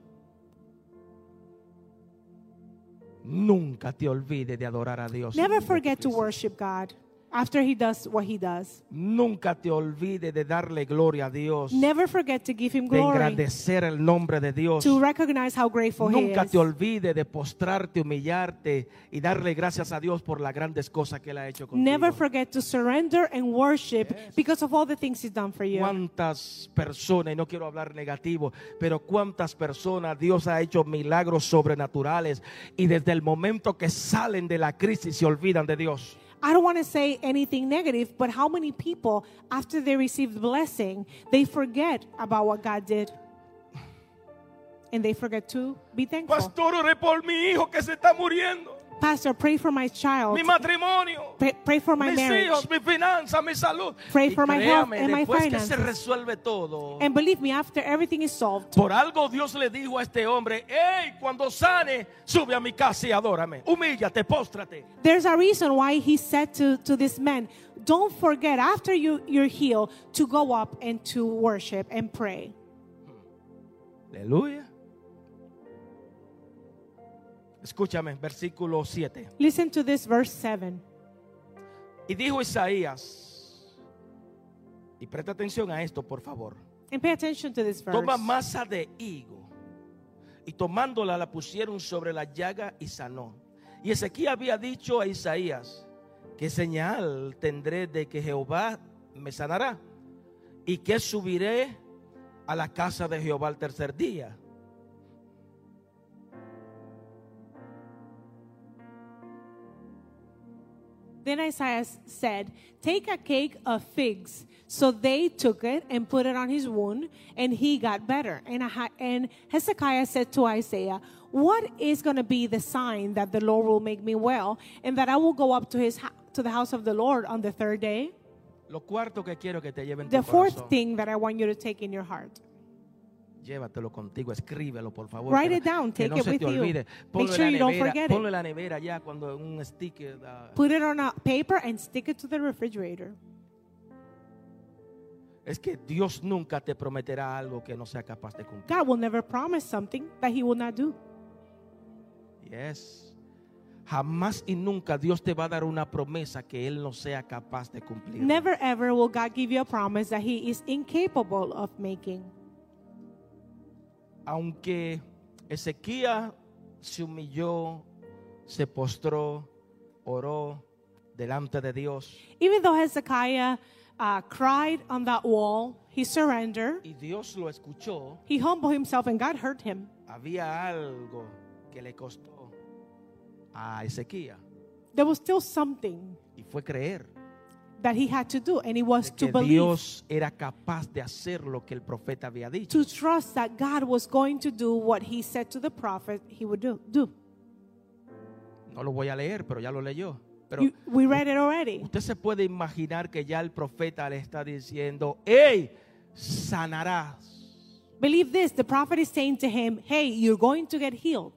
Nunca te olvides de adorar a Dios.
Never
Señor
forget to
Jesucristo.
worship God after He does what He does.
Nunca te olvides de darle gloria a Dios.
Never forget to give Him
de
glory,
engrandecer el nombre de Dios.
to recognize how grateful He
Nunca
is.
te olvides de postrarte, humillarte y darle gracias a Dios por las grandes cosas que Él ha hecho contigo.
Never forget to surrender and worship because of all the things He's done for you.
cuántas personas, y no quiero hablar negativo, pero cuántas personas Dios ha hecho milagros sobrenaturales y desde el momento que salen de la crisis se olvidan de Dios.
I don't want to say anything negative, but how many people, after they receive the blessing, they forget about what God did? And they forget to be thankful.
Pastor, oré por mi hijo que se está muriendo,
Pastor, pray for my child.
mi matrimonio.
Pray, pray for my
mis
marriage.
hijos, mi finanza, mi salud.
Pray
Y
for my
créame,
health and my
después que
finances. Em-
se resuelve todo,
And believe me, after everything is solved,
por algo Dios le dijo a este hombre, hey, cuando sane, sube a mi casa y adórame. Humíllate, póstrate.
there's a reason why he said to, to this man, Don't forget after you, you're healed to go up and to worship and pray.
Aleluya. Escúchame, versículo 7.
Listen to this, verse 7.
Y dijo Isaías, y presta atención a esto, por favor.
And pay attention to this verse.
Toma masa de higo. Y tomándola la pusieron sobre la llaga y sanó. Y Ezequiel había dicho a Isaías, ¿qué señal tendré de que Jehová me sanará? ¿Y que subiré a la casa de Jehová al tercer día?
Then Isaiah said, Take a cake of figs. So they took it and put it on his wound, and he got better. And, Aha- and Hezekiah said to Isaiah, What is going to be the sign that the Lord will make me well, and that I will go up to, his, hou- to the house of the Lord on the third day?
Lo cuarto que quiero que te lleven tu
The fourth
corazón,
thing that I want you to take in your heart.
llévatelo contigo, escríbelo por favor. que
Write
no-
it down,
que
take
no
it
se
with
te
you.
olvide.
Make
Ponlo en
sure
la
you don't
nevera,
forget it.
ponlo en la nevera ya cuando un sticker. ah,
Put it on a paper and stick it to the refrigerator.
Es que Dios nunca te prometerá algo que no sea capaz de cumplir.
God will never promise something that he will not do.
Yes. Jamás y nunca Dios te va a dar una promesa que Él no sea capaz de cumplir.
Never ever will God give you a promise that He is incapable of making.
Aunque Ezequiel se humilló, se postró, oró delante de Dios
Even though Hezekiah uh, cried on that wall, he surrendered,
y Dios lo escuchó,
he humbled himself, and God heard him.
había algo que le costó a Ezequiel
There was still something
y fue creer
that he had to do, and it was
de
to
que
believe,
Dios era capaz de hacer lo que el profeta había dicho.
to trust that God was going to do what He said to the prophet He would do. do.
No lo voy a leer, pero ya lo leyó. Pero
You- we read it already.
usted se puede imaginar que ya el profeta le está diciendo, hey, sanarás.
Believe this the prophet is saying to him, Hey, you're going to get healed.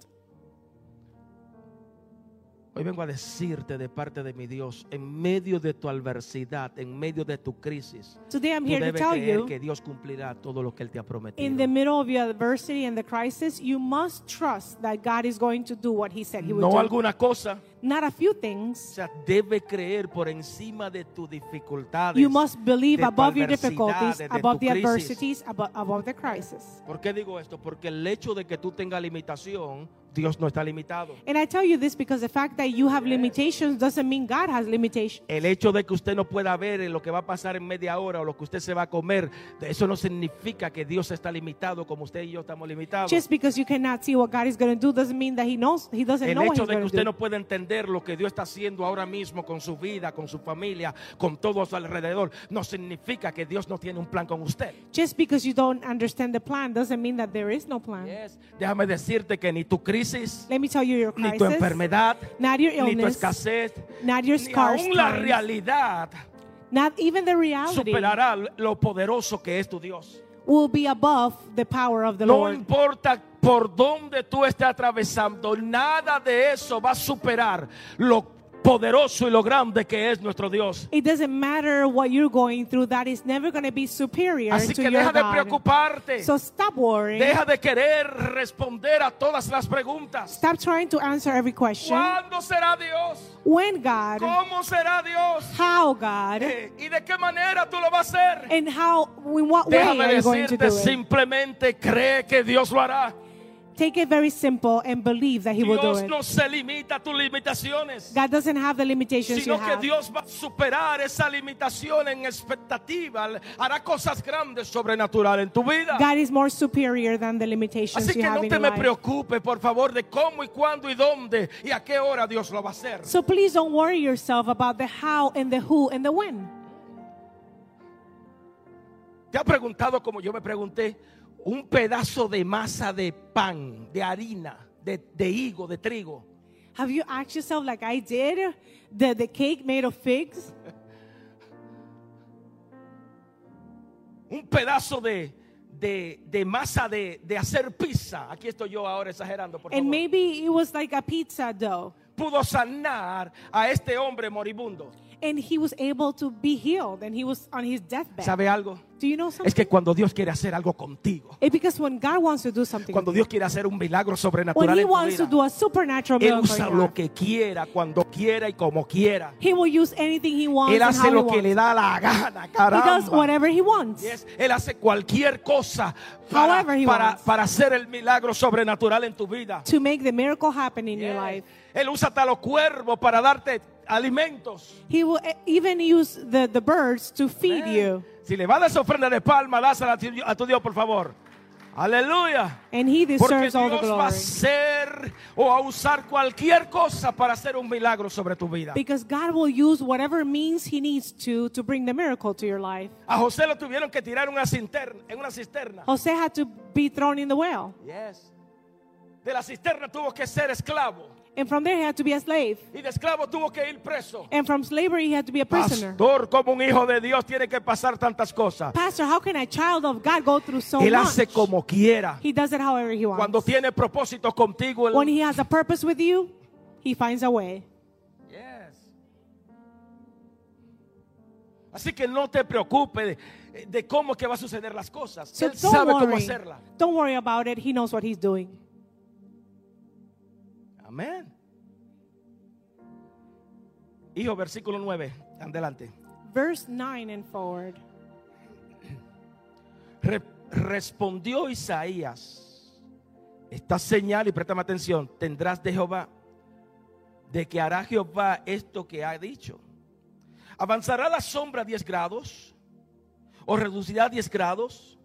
Hoy vengo a decirte de parte de mi Dios, en medio de tu adversidad, en medio de tu crisis,
Today I'm
tú
here to
debes
tell
creer
you,
que Dios cumplirá todo lo que Él te ha
in the
prometido.
middle of your adversity and the crisis, you must trust that God is going to do what He said He would
No
do.
alguna cosa,
Not a few
o
things.
sea, debe creer por encima de tus dificultades.
You must believe
de tu
above your
adversidad,
difficulties,
de tu
above the
crisis.
adversities, above, above the crisis.
¿Por qué digo esto? Porque el hecho de que tú tengas limitación, Dios no está limitado.
And I tell you this because the fact that you have limitations doesn't mean God has limitations.
El hecho de que usted no pueda ver en lo que va a pasar en media hora o lo que usted se va a comer, eso no significa que Dios está limitado como usted y yo estamos limitados.
Just because you cannot see what God is going to do doesn't mean that He knows He doesn't
El
know what
hecho
He's
de que
going to
usted
do.
no pueda entender lo que Dios está haciendo ahora mismo con su vida, con su familia, con todo a su alrededor, no significa que Dios no tiene un plan con usted.
Just because you don't understand the plan doesn't mean that there is no plan.
Yes. Déjame decirte que ni tu crisis,
Let me tell you your
ni tu
crisis,
enfermedad,
not your
ni tu
illness,
escasez,
not your
ni
scarce
aún la
times.
realidad
not even the reality
superará lo poderoso que es tu Dios.
will be above the power of the
No
Lord.
importa por dónde tú estés atravesando, nada de eso va a superar lo poderoso y lo grande que es nuestro Dios.
It doesn't matter what you're going through, that is never going to be superior
Así
to
que
your
deja de
God.
preocuparte.
So stop worrying.
Deja de querer responder a todas las preguntas.
Stop trying to answer every question.
¿Cuándo será Dios?
When God,
¿Cómo será Dios?
how God,
Eh, ¿Y de qué manera tú lo vas a hacer?
and how, in what way
Déjame
are you going to do
decirte,
it?
simplemente cree que Dios lo hará.
Take it very simple and believe that He will do
Dios
it.
no se limita a tus limitaciones.
God doesn't have the limitations you
sino que
have.
Dios va a superar esa limitación en expectativa, hará cosas grandes, sobrenaturales en tu vida.
God is more superior than the limitations
Así
you
que
have
no
in
te
your
me
life.
preocupes, por favor, de cómo y cuándo y dónde y a qué hora Dios lo va a hacer.
So please don't worry yourself about the how and the who and the when.
¿Te ha preguntado como yo me pregunté? Un pedazo de masa de pan, de harina, de, de higo, de trigo.
Have you asked yourself, like I did, the, the cake made of figs?
Un pedazo de, de, de masa de, de hacer pizza. Aquí estoy yo ahora exagerando, por
And
favor.
maybe it was like a pizza dough.
Pudo sanar a este hombre moribundo.
And he was able to be healed and he was on his deathbed.
¿Sabe algo?
Do you know something?
Es que cuando Dios quiere hacer algo contigo,
It's because when God wants to do something,
cuando Dios quiere hacer un milagro
when
sobrenatural
he
en tu
wants to do
vida,
a supernatural
Él
miracle, in
usa
your
lo
life,
que quiera, cuando quiera y como quiera.
he will use anything he wants
Él
and how
hace
he
lo que
wants.
le da la gana,
he does
caramba.
whatever he wants.
Yes, Él hace cualquier cosa para,
However he
para,
wants.
para hacer el milagro sobrenatural en tu vida.
to make the miracle happen in your
Yes.
life.
Él usa hasta los cuervos para darte alimentos.
He will e- even use the, the birds to feed you.
Si le vas a esa ofrenda de palma, dásela a tu Dios- a tu Dios, por favor. Aleluya.
And he
Porque
deserves
Dios
all the
va a
glory.
hacer o a usar cualquier cosa para hacer un milagro sobre tu vida.
Because God will use whatever means he needs to to bring the miracle to your life.
A José lo tuvieron que tirar en una cisterna. En una cisterna.
Jose had to be thrown in the well.
Yes. De la cisterna tuvo que ser esclavo.
And from there he had to be a slave.
Y de esclavo tuvo que ir preso.
And from slavery he had to be a prisoner.
Pastor, como un hijo de Dios tiene que pasar tantas cosas.
Pastor, how can a child of God go through so
Él
much?
hace como quiera.
He does it however he wants.
Cuando tiene propósito contigo,
when
él...
he has a purpose with you, he finds a way.
Yes. Así que no te preocupes de, de cómo es que va a suceder las cosas.
So
él
don't
sabe
worry.
cómo hacerlas.
Don't worry about it. He knows what he's doing.
Amén. Hijo, versículo 9, adelante.
Verse 9 and forward.
Re- respondió Isaías, esta señal, y préstame atención, tendrás de Jehová, de que hará Jehová esto que ha dicho. Avanzará la sombra 10 grados, o reducirá 10 grados.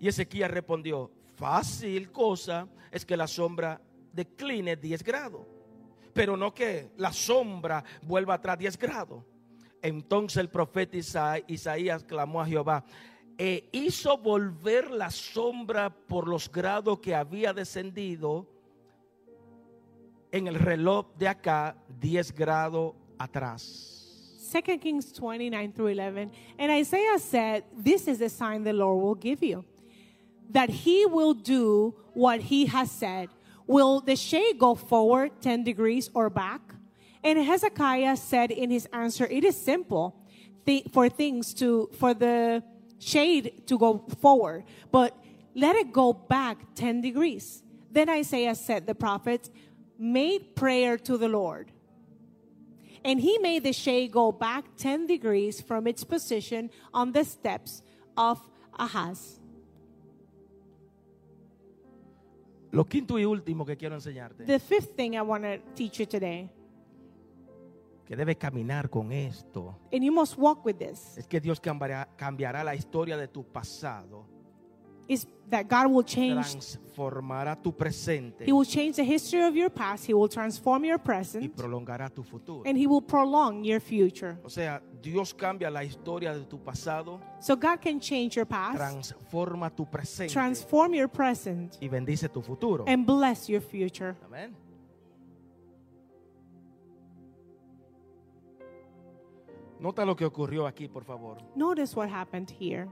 Y Ezequiel respondió, fácil cosa es que la sombra decline 10 grados, pero no que la sombra vuelva atrás 10 grados. Entonces el profeta Isa- Isaías clamó a Jehová e hizo volver la sombra por los grados que había descendido en el reloj de acá 10 grados atrás.
2 Kings 29 through 11. And Isaiah said, This is the sign the Lord will give you, that he will do what he has said. Will the shade go forward 10 degrees or back? And Hezekiah said in his answer, It is simple thi- for things to, for the shade to go forward, but let it go back 10 degrees. Then Isaiah said, The prophet made prayer to the Lord. And he made the shade go back 10 degrees from its position on the steps of Ahaz.
Lo quinto y último que quiero enseñarte,
The fifth thing I want to teach you today,
que debes caminar con esto,
and you must walk with this,
es que Dios cambiará, cambiará la historia de tu pasado,
is that God will change
transformará tu presente
He will change the history of your past. He will transform your
y
present.
prolongará tu futuro.
And He will prolong your future.
O sea, Dios cambia la historia de tu pasado,
So God can change your past,
transforma tu presente
transform Em- your present,
y bendice tu futuro.
and bless your future.
Amén. Nota lo que ocurrió aquí, por favor.
Notice what happened here.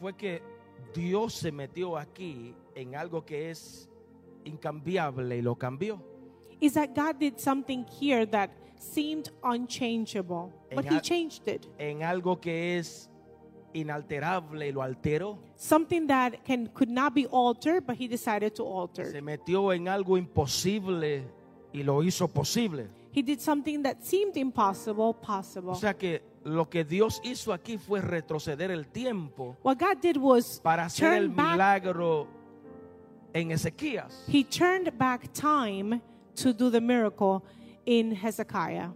Fue que Dios se metió aquí en algo que es incambiable y lo cambió.
Is that God did something here that seemed unchangeable, but He
Ella-
changed it.
En algo que es inalterable y lo alteró.
Something that can could not be altered, but He decided to alter.
Se metió en algo imposible y lo hizo posible.
He did something that seemed impossible
O
possible.
sea que lo que Dios hizo aquí fue retroceder el tiempo
What God did was
para hacer el
turn back
milagro en Ezequías.
He turned back time to do the miracle in Hezekiah.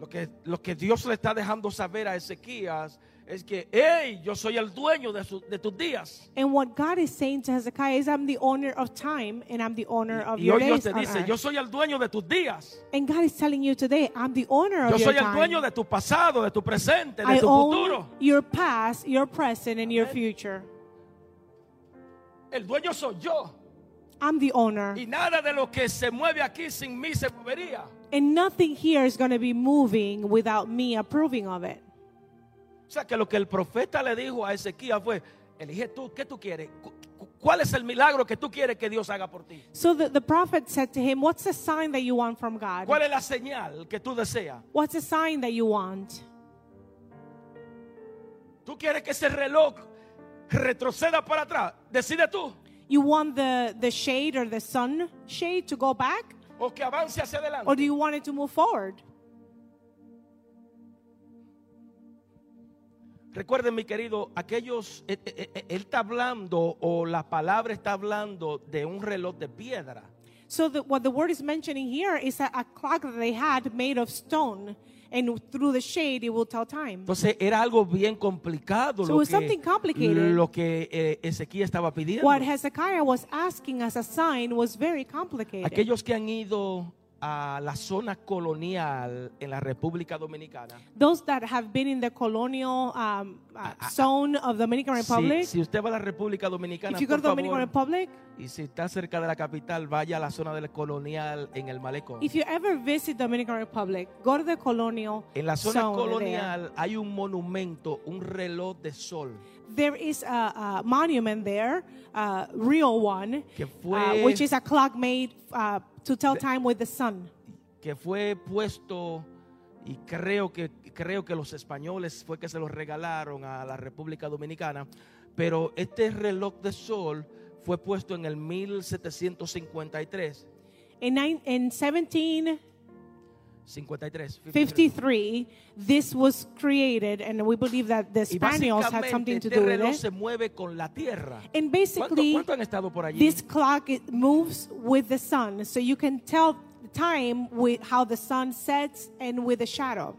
Lo que, lo que Dios le está dejando saber a Ezequías es que, hey, yo soy el dueño de, su- de tus días.
And what God is saying to Hezekiah is, I'm the owner of time and I'm the owner of
Y
your
hoy Dios
days.
te
on
dice,
earth."
yo soy el dueño de tus días.
and God is telling you today, I'm the owner of
Yo
your
soy el
time.
dueño de tu pasado, de tu presente, de
I
tu
own
futuro.
your past, your present, and your future.
El dueño soy yo.
I'm the owner.
Y nada de lo que se mueve aquí sin mí se movería.
and nothing here is going to be moving without me approving of it.
O sea que lo que el profeta le dijo a Ezequías fue, elige tú, ¿qué tú quieres? Cu- cu- ¿Cuál es el milagro que tú quieres que Dios haga por ti?
So the, the prophet said to him, What's the sign that you want from God?
¿Cuál es la señal que tú deseas?
What's the sign that you want?
¿Tú quieres que ese reloj retroceda para atrás? Decide tú.
You want the, the shade or the sun shade to go back?
O que avance hacia adelante.
Or do you want it to move forward?
Recuerden, mi querido, aquellos, eh, eh, eh, él está hablando o la palabra está hablando de un reloj de piedra.
So the, what the word is mentioning here is a, a clock that they had made of stone, and through the shade it will tell time.
Entonces era algo bien complicado
So
lo,
it's something
que,
complicated.
lo que eh, Ezequiel estaba pidiendo.
What Hezekiah was asking as a sign was very complicated.
Aquellos que han ido a la zona colonial en la República Dominicana,
Those that have been in the colonial um, uh,
I- I-
zone of Dominican
si,
Republic,
si usted va a la República Dominicana,
if you go
por
to Dominican
favor,
Republic,
y si está cerca de la capital, vaya a la zona del colonial en el malecón.
if you ever visit Dominican Republic, go to the colonial
En la zona
zone there.
colonial hay un monumento, un reloj de sol,
There is a, a monument there, a real one,
Que fue-
uh, which is a clock made uh, to tell time with the sun.
que fue puesto y creo que creo que los españoles fue que se los regalaron a la República Dominicana, pero este reloj de sol fue puesto en el 1753,
In, nine, in 1753,
53, 53.
this was created, and we believe that the
Y
Spaniards had
básicamente
something to
este
do with
reloj
it.
se mueve con la tierra.
And
¿Cuánto,
basically,
cuánto han estado por allí?
this clock it moves with the sun, so you can tell the time with how the sun sets and with the shadow.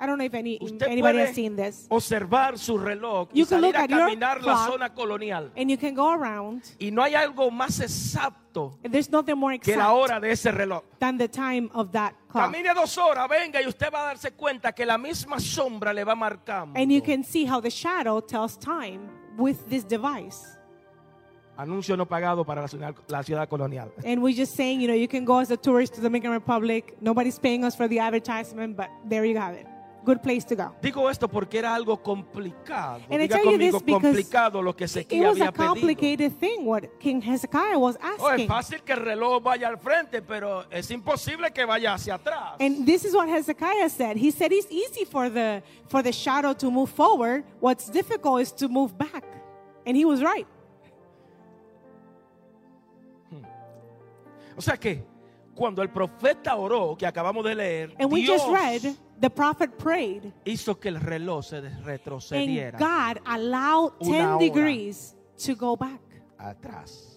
I don't know if any
Usted
anybody
puede
has seen this.
observar su reloj y
You can
salir a
look at your
caminar la
clock.
zona colonial.
And you can go around.
Y no hay algo más exacto
And there's nothing more
que
exact.
la hora de ese reloj.
than the time of that clock.
Camine dos horas, venga y usted va a darse cuenta que la misma sombra le va marcando.
And you can see how the shadow tells time with this device.
Anuncio no pagado para la ciudad, la ciudad colonial.
And we're just saying, you know, you can go as a tourist to Dominican Republic. Nobody's paying us for the advertisement, but there you have it. good place to go.
Digo esto porque era algo complicado.
And I
Diga
tell you this
conmigo
because
complicado lo que
It
Ezequiel
was a
había pedido.
complicated thing what King Hezekiah was
Oh, es
asking.
fácil que el reloj vaya al frente, pero es imposible que vaya hacia atrás.
And this is what Hezekiah said. He said it's easy for the for the shadow to move forward. What's difficult is to move back. And he was right.
O sea que cuando el profeta oró, que acabamos de leer,
And we
Dios
just read the prophet prayed
hizo que el reloj se des-
and
retrocediera
God allowed
Una
10
hora. Ah.
degrees to go back.
atrás.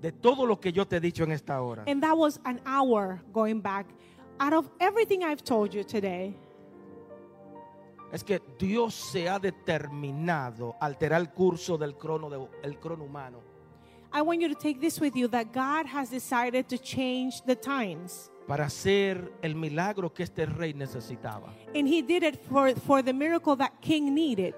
De todo lo que yo te he dicho en esta hora,
And that was an hour going back. Out of everything I've told you today,
es que Dios se ha determinado a alterar el curso del crono, de- el crono humano.
I want you to take this with you that God has decided to change the times.
para hacer el milagro que este rey necesitaba.
And he did it for, for the miracle that king needed.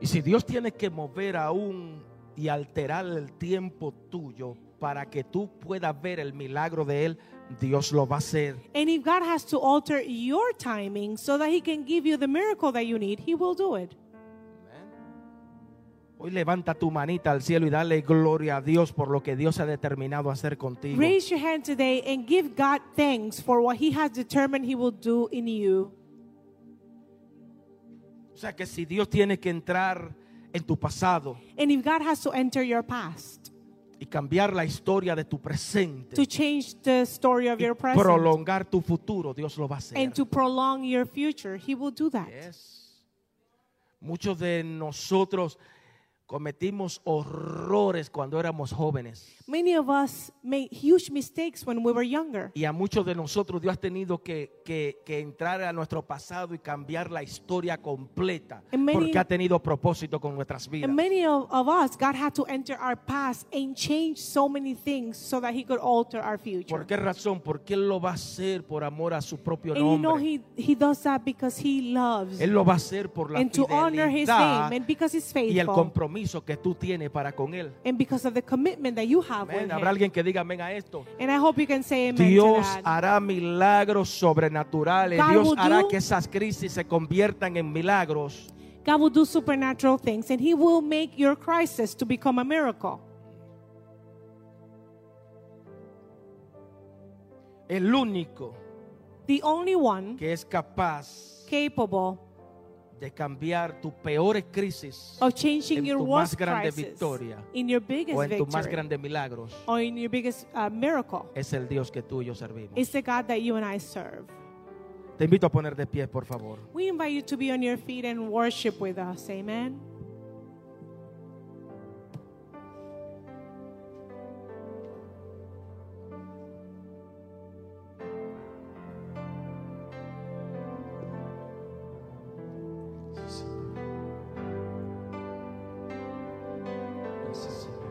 Y si Dios tiene que mover aún y alterar el tiempo tuyo para que tú puedas ver el milagro de Él, Dios lo va a hacer.
And if God has to alter your timing so that he can give you the miracle that you need, he will do it.
Hoy levanta tu manita al cielo y dale gloria a Dios por lo que Dios ha determinado hacer contigo.
Raise your hand today and give God thanks for what he has determined he will do in you.
O sea que si Dios tiene que entrar en tu pasado
And if God has to enter your past
y cambiar la historia de tu presente,
to change the story of
y
your present
prolongar tu futuro, Dios lo va a hacer.
and to prolong your future, he will do that.
Yes. Muchos de nosotros cometimos horrores cuando éramos jóvenes.
Many of us made huge mistakes when we were younger.
Y a muchos de nosotros Dios ha tenido que, que- que entrar a nuestro pasado y cambiar la historia completa.
And many-
porque ha tenido propósito con nuestras vidas.
And many of, of us, God had to enter our past and change so many things so that He could alter our future.
¿Por qué razón? Porque Él lo va a hacer por amor a su propio
And you know
nombre.
He He does that because He loves
él lo va a hacer por la
and to honor His
fidelidad
name and because He's
y el
faithful
compromiso que tú tienes para con Él.
and because of the commitment that you have
Amén.
with
Habrá
Him.
alguien que diga amén a esto.
And I hope you can say amen
Dios
to that.
hará milagros sobrenaturales.
God
Dios
will
hará
do-
que esas crisis se conviertan en milagros.
God will do supernatural things and He will make your crisis to become a miracle.
El único
The only one
que es capaz
capable
de cambiar tus peores crisis
of changing
En
your
tu más
worst
grande
crisis
victoria
in your biggest
o en tus más
victory
grandes milagros
or in your biggest uh, miracle
es el Dios que tú y yo servimos.
is the God that you and I serve.
Te invito a poner de pie, por favor.
We invite you to be on your feet and worship with us. Amen.
Gracias, Señor.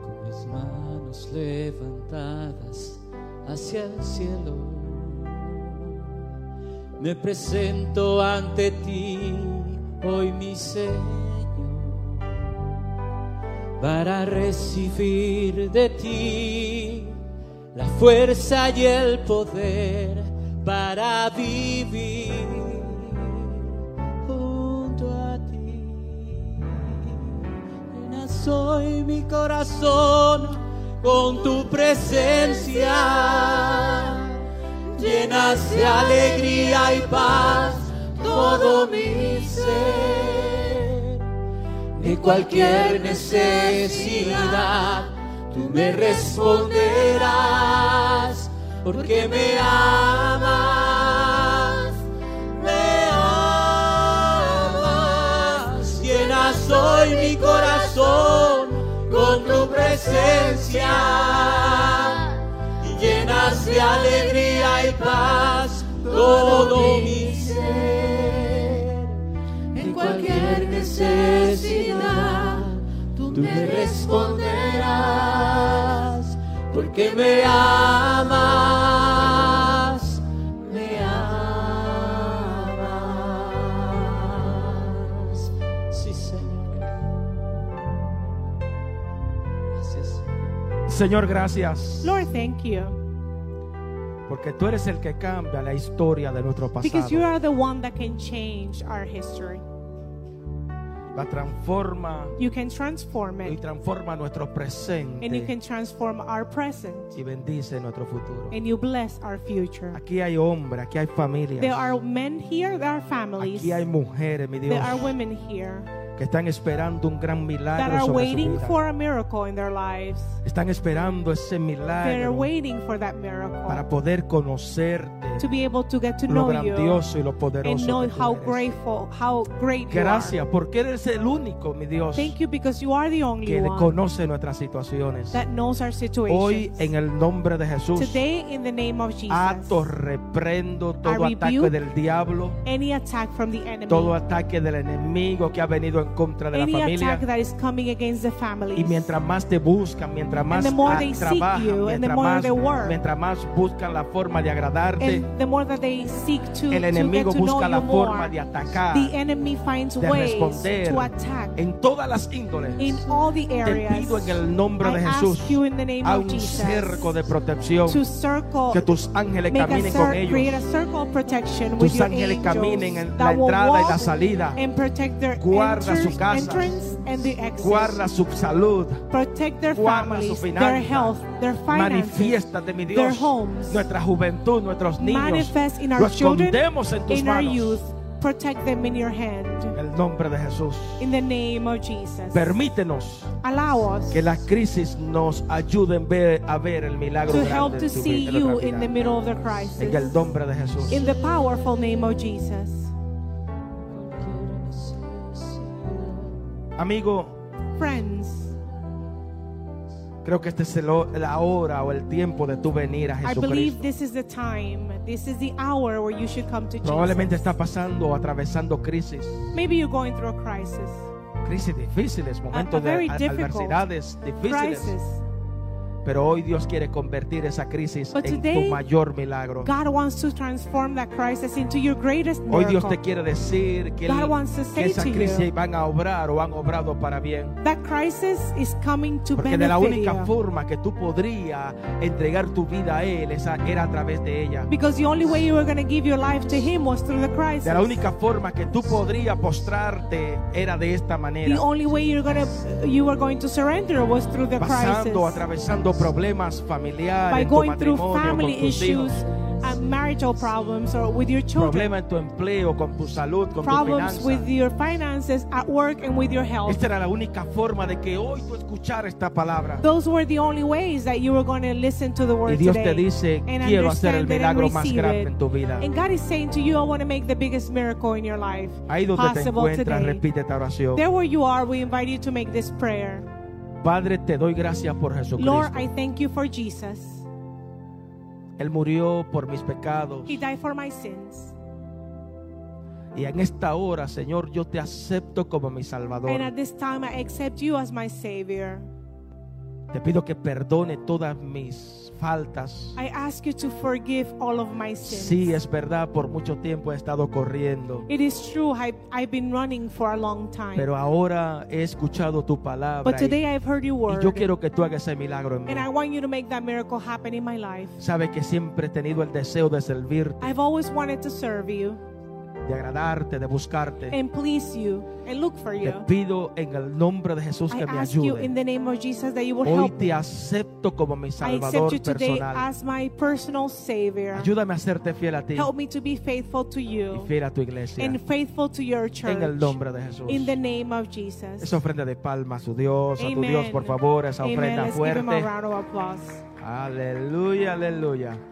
Con las manos levantadas hacia el cielo, me presento ante ti hoy, mi Señor para recibir de ti la fuerza y el poder para vivir junto a ti. Llena soy mi corazón con tu presencia, llenas de alegría y paz todo mi ser de cualquier necesidad, tú me responderás, porque me amas, me amas, llenas hoy mi corazón con tu presencia, y llenas de alegría y paz todo mi ser en cualquier necesidad, tú me responderás, porque me amas, me amas. Sí, Señor.
Señor, gracias.
Lord, thank you.
Porque tú eres el que cambia la historia de nuestro
Because you
pasado.
are the one that can change our history.
La transforma
You can transform
y
it,
transforma nuestro
and you
presente
can transform our present,
y bendice nuestro futuro.
and you bless our future.
Aquí hay hombres, aquí hay
There
familias,
are men here, there are families,
aquí hay mujeres, mi Dios,
there are women here
que están esperando un gran
that
milagro
are
sobre su
waiting
vida.
for a miracle in their lives.
Están esperando ese
They're
milagro
waiting for that
para
miracle
poder conocerte,
to be able to get to
lo
know you
grandioso y lo
and know
poderoso. que tú
how
eres.
grateful, how great you are.
Gracias, porque eres el único, mi Dios,
Thank you because you are the only
que
one
conoce nuestras situaciones.
that knows our
Hoy,
situation.
en el nombre de Jesús,
Today, in the name of Jesus,
ato, reprendo todo
I
ataque
rebuke
del diablo,
any attack from the enemy,
todo ataque del enemigo que ha venido en contra de la
any
familia.
attack that is coming against the families,
Y mientras más te buscan, mientras más
the more
ah,
they seek
trabajan,
you, and the
mientras
more
más,
they work.
mientras más buscan la forma de agradarte,
and the more that they seek to,
el
to get
enemigo
to know
busca la
you
forma
more,
de atacar,
the enemy finds
de
ways
responder
to attack
en todas las índoles.
in all the
Te
areas.
pido en el nombre
I
de Jesús
ask you in the name
a
of
un
Jesus
cerco de protección,
to circle,
que tus ángeles
make a
caminen con
cir- create a
ellos,
circle of protection with
tus
your
ángeles
angels
caminen en la
that will
entrada y la
walk
salida,
and protect their
Guarda su
enters-
casa.
entrance and the exit.
guarda su salud,
protect their
guarda su
families, their health, their
finanza,
finances,
manifiesta de mi
their
Dios,
homes.
nuestra juventud, nuestros niños,
manifest in
lo
our children,
escondemos en tus
in our
manos.
youth. Protect them in your hand.
En el nombre de Jesús.
In the name of Jesus.
Permítenos
Allow us
que las crisis nos ayuden ver- a ver el milagro
to
grande
help
en
to
tu
see
vida, en
you
nuestra
in the
vida.
middle of the
En el
crisis.
nombre de Jesús.
In the powerful name of Jesus.
Amigo,
Friends,
creo que este es el o- la hora o el tiempo de tu venir a
I believe
Jesucristo.
this is the time. This is the hour where you should come to
Probablemente
Jesus.
está pasando o atravesando crisis,
Maybe you're going through a crisis.
crisis difíciles, momentos de
very
a-
difficult
adversidades difíciles.
Crisis.
Pero hoy Dios quiere convertir esa crisis
But
en tu
today,
mayor milagro.
God wants to transform that crisis into your greatest
Hoy Dios
miracle.
te quiere decir que,
God
el-
wants
que
to say
esa
to you,
crisis van a obrar o han obrado para bien.
That crisis is coming to
Porque de la
benefit
única
you.
forma que tú podrías entregar tu vida a Él esa era a través de ella.
Because the only way you were going to give your life to Him was through the crisis.
De la única forma que tú podrías postrarte era de esta manera.
the only way you're going to you were going to surrender was through the
Pasando,
crisis.
atravesando problemas familiares,
By
en tu
going through
matrimonio,
family
con tus
issues,
hijos,
uh, marital problems, or with your children,
problemas en tu empleo, con tu salud, con tu
problems with
finanzas.
your finances at work and with your health.
Esta era la única forma de que hoy tú escuchar esta palabra.
Those were the only ways that you were going to listen to the
Y
word
Dios te
today
dice,
and
quiero hacer el
understand it and
milagro más
receive
grande
it."
en tu vida.
And God is saying to you, I want to make the biggest miracle in your life
Ahí donde te
possible
encuentras,
today.
repite esta oración.
There where you are, we invite you to make this prayer.
Padre, te doy gracias por Jesucristo.
Lord, I thank you for Jesus.
Él murió por mis pecados.
He died for my sins.
Y en esta hora, Señor, yo te acepto como mi Salvador.
And at this time, I accept you as my Savior.
Te pido que perdone todas mis faltas.
I ask you to forgive all of my sins.
Sí, es verdad, por mucho tiempo he estado corriendo.
It is true, I, I've been running for a long time.
Pero ahora he escuchado tu palabra.
but
y-
today I've heard your
Y
word.
yo quiero que tú hagas ese milagro en mí.
and I want you to make that miracle happen in my life.
Sabes que siempre he tenido el deseo de servirte,
I've always wanted to serve you
de agradarte, de buscarte.
and please you and look for
Te
you.
pido en el nombre de Jesús
I
que me
ask you in
ayude.
the name of Jesus that you will
Hoy
help me.
te acepto como mi
I accept you
Salvador
today
personal.
as my personal Savior.
Ayúdame a serte fiel a ti
Help me to be faithful to
y
you
fiel a tu iglesia.
and faithful to your church.
En el nombre de Jesús.
In the name of Jesus.
Esa ofrenda de palma a su Dios, a tu
Amen.
Dios, por favor, esa
Amen.
ofrenda
Let's give him a
fuerte.
round of applause.
Aleluya, aleluya.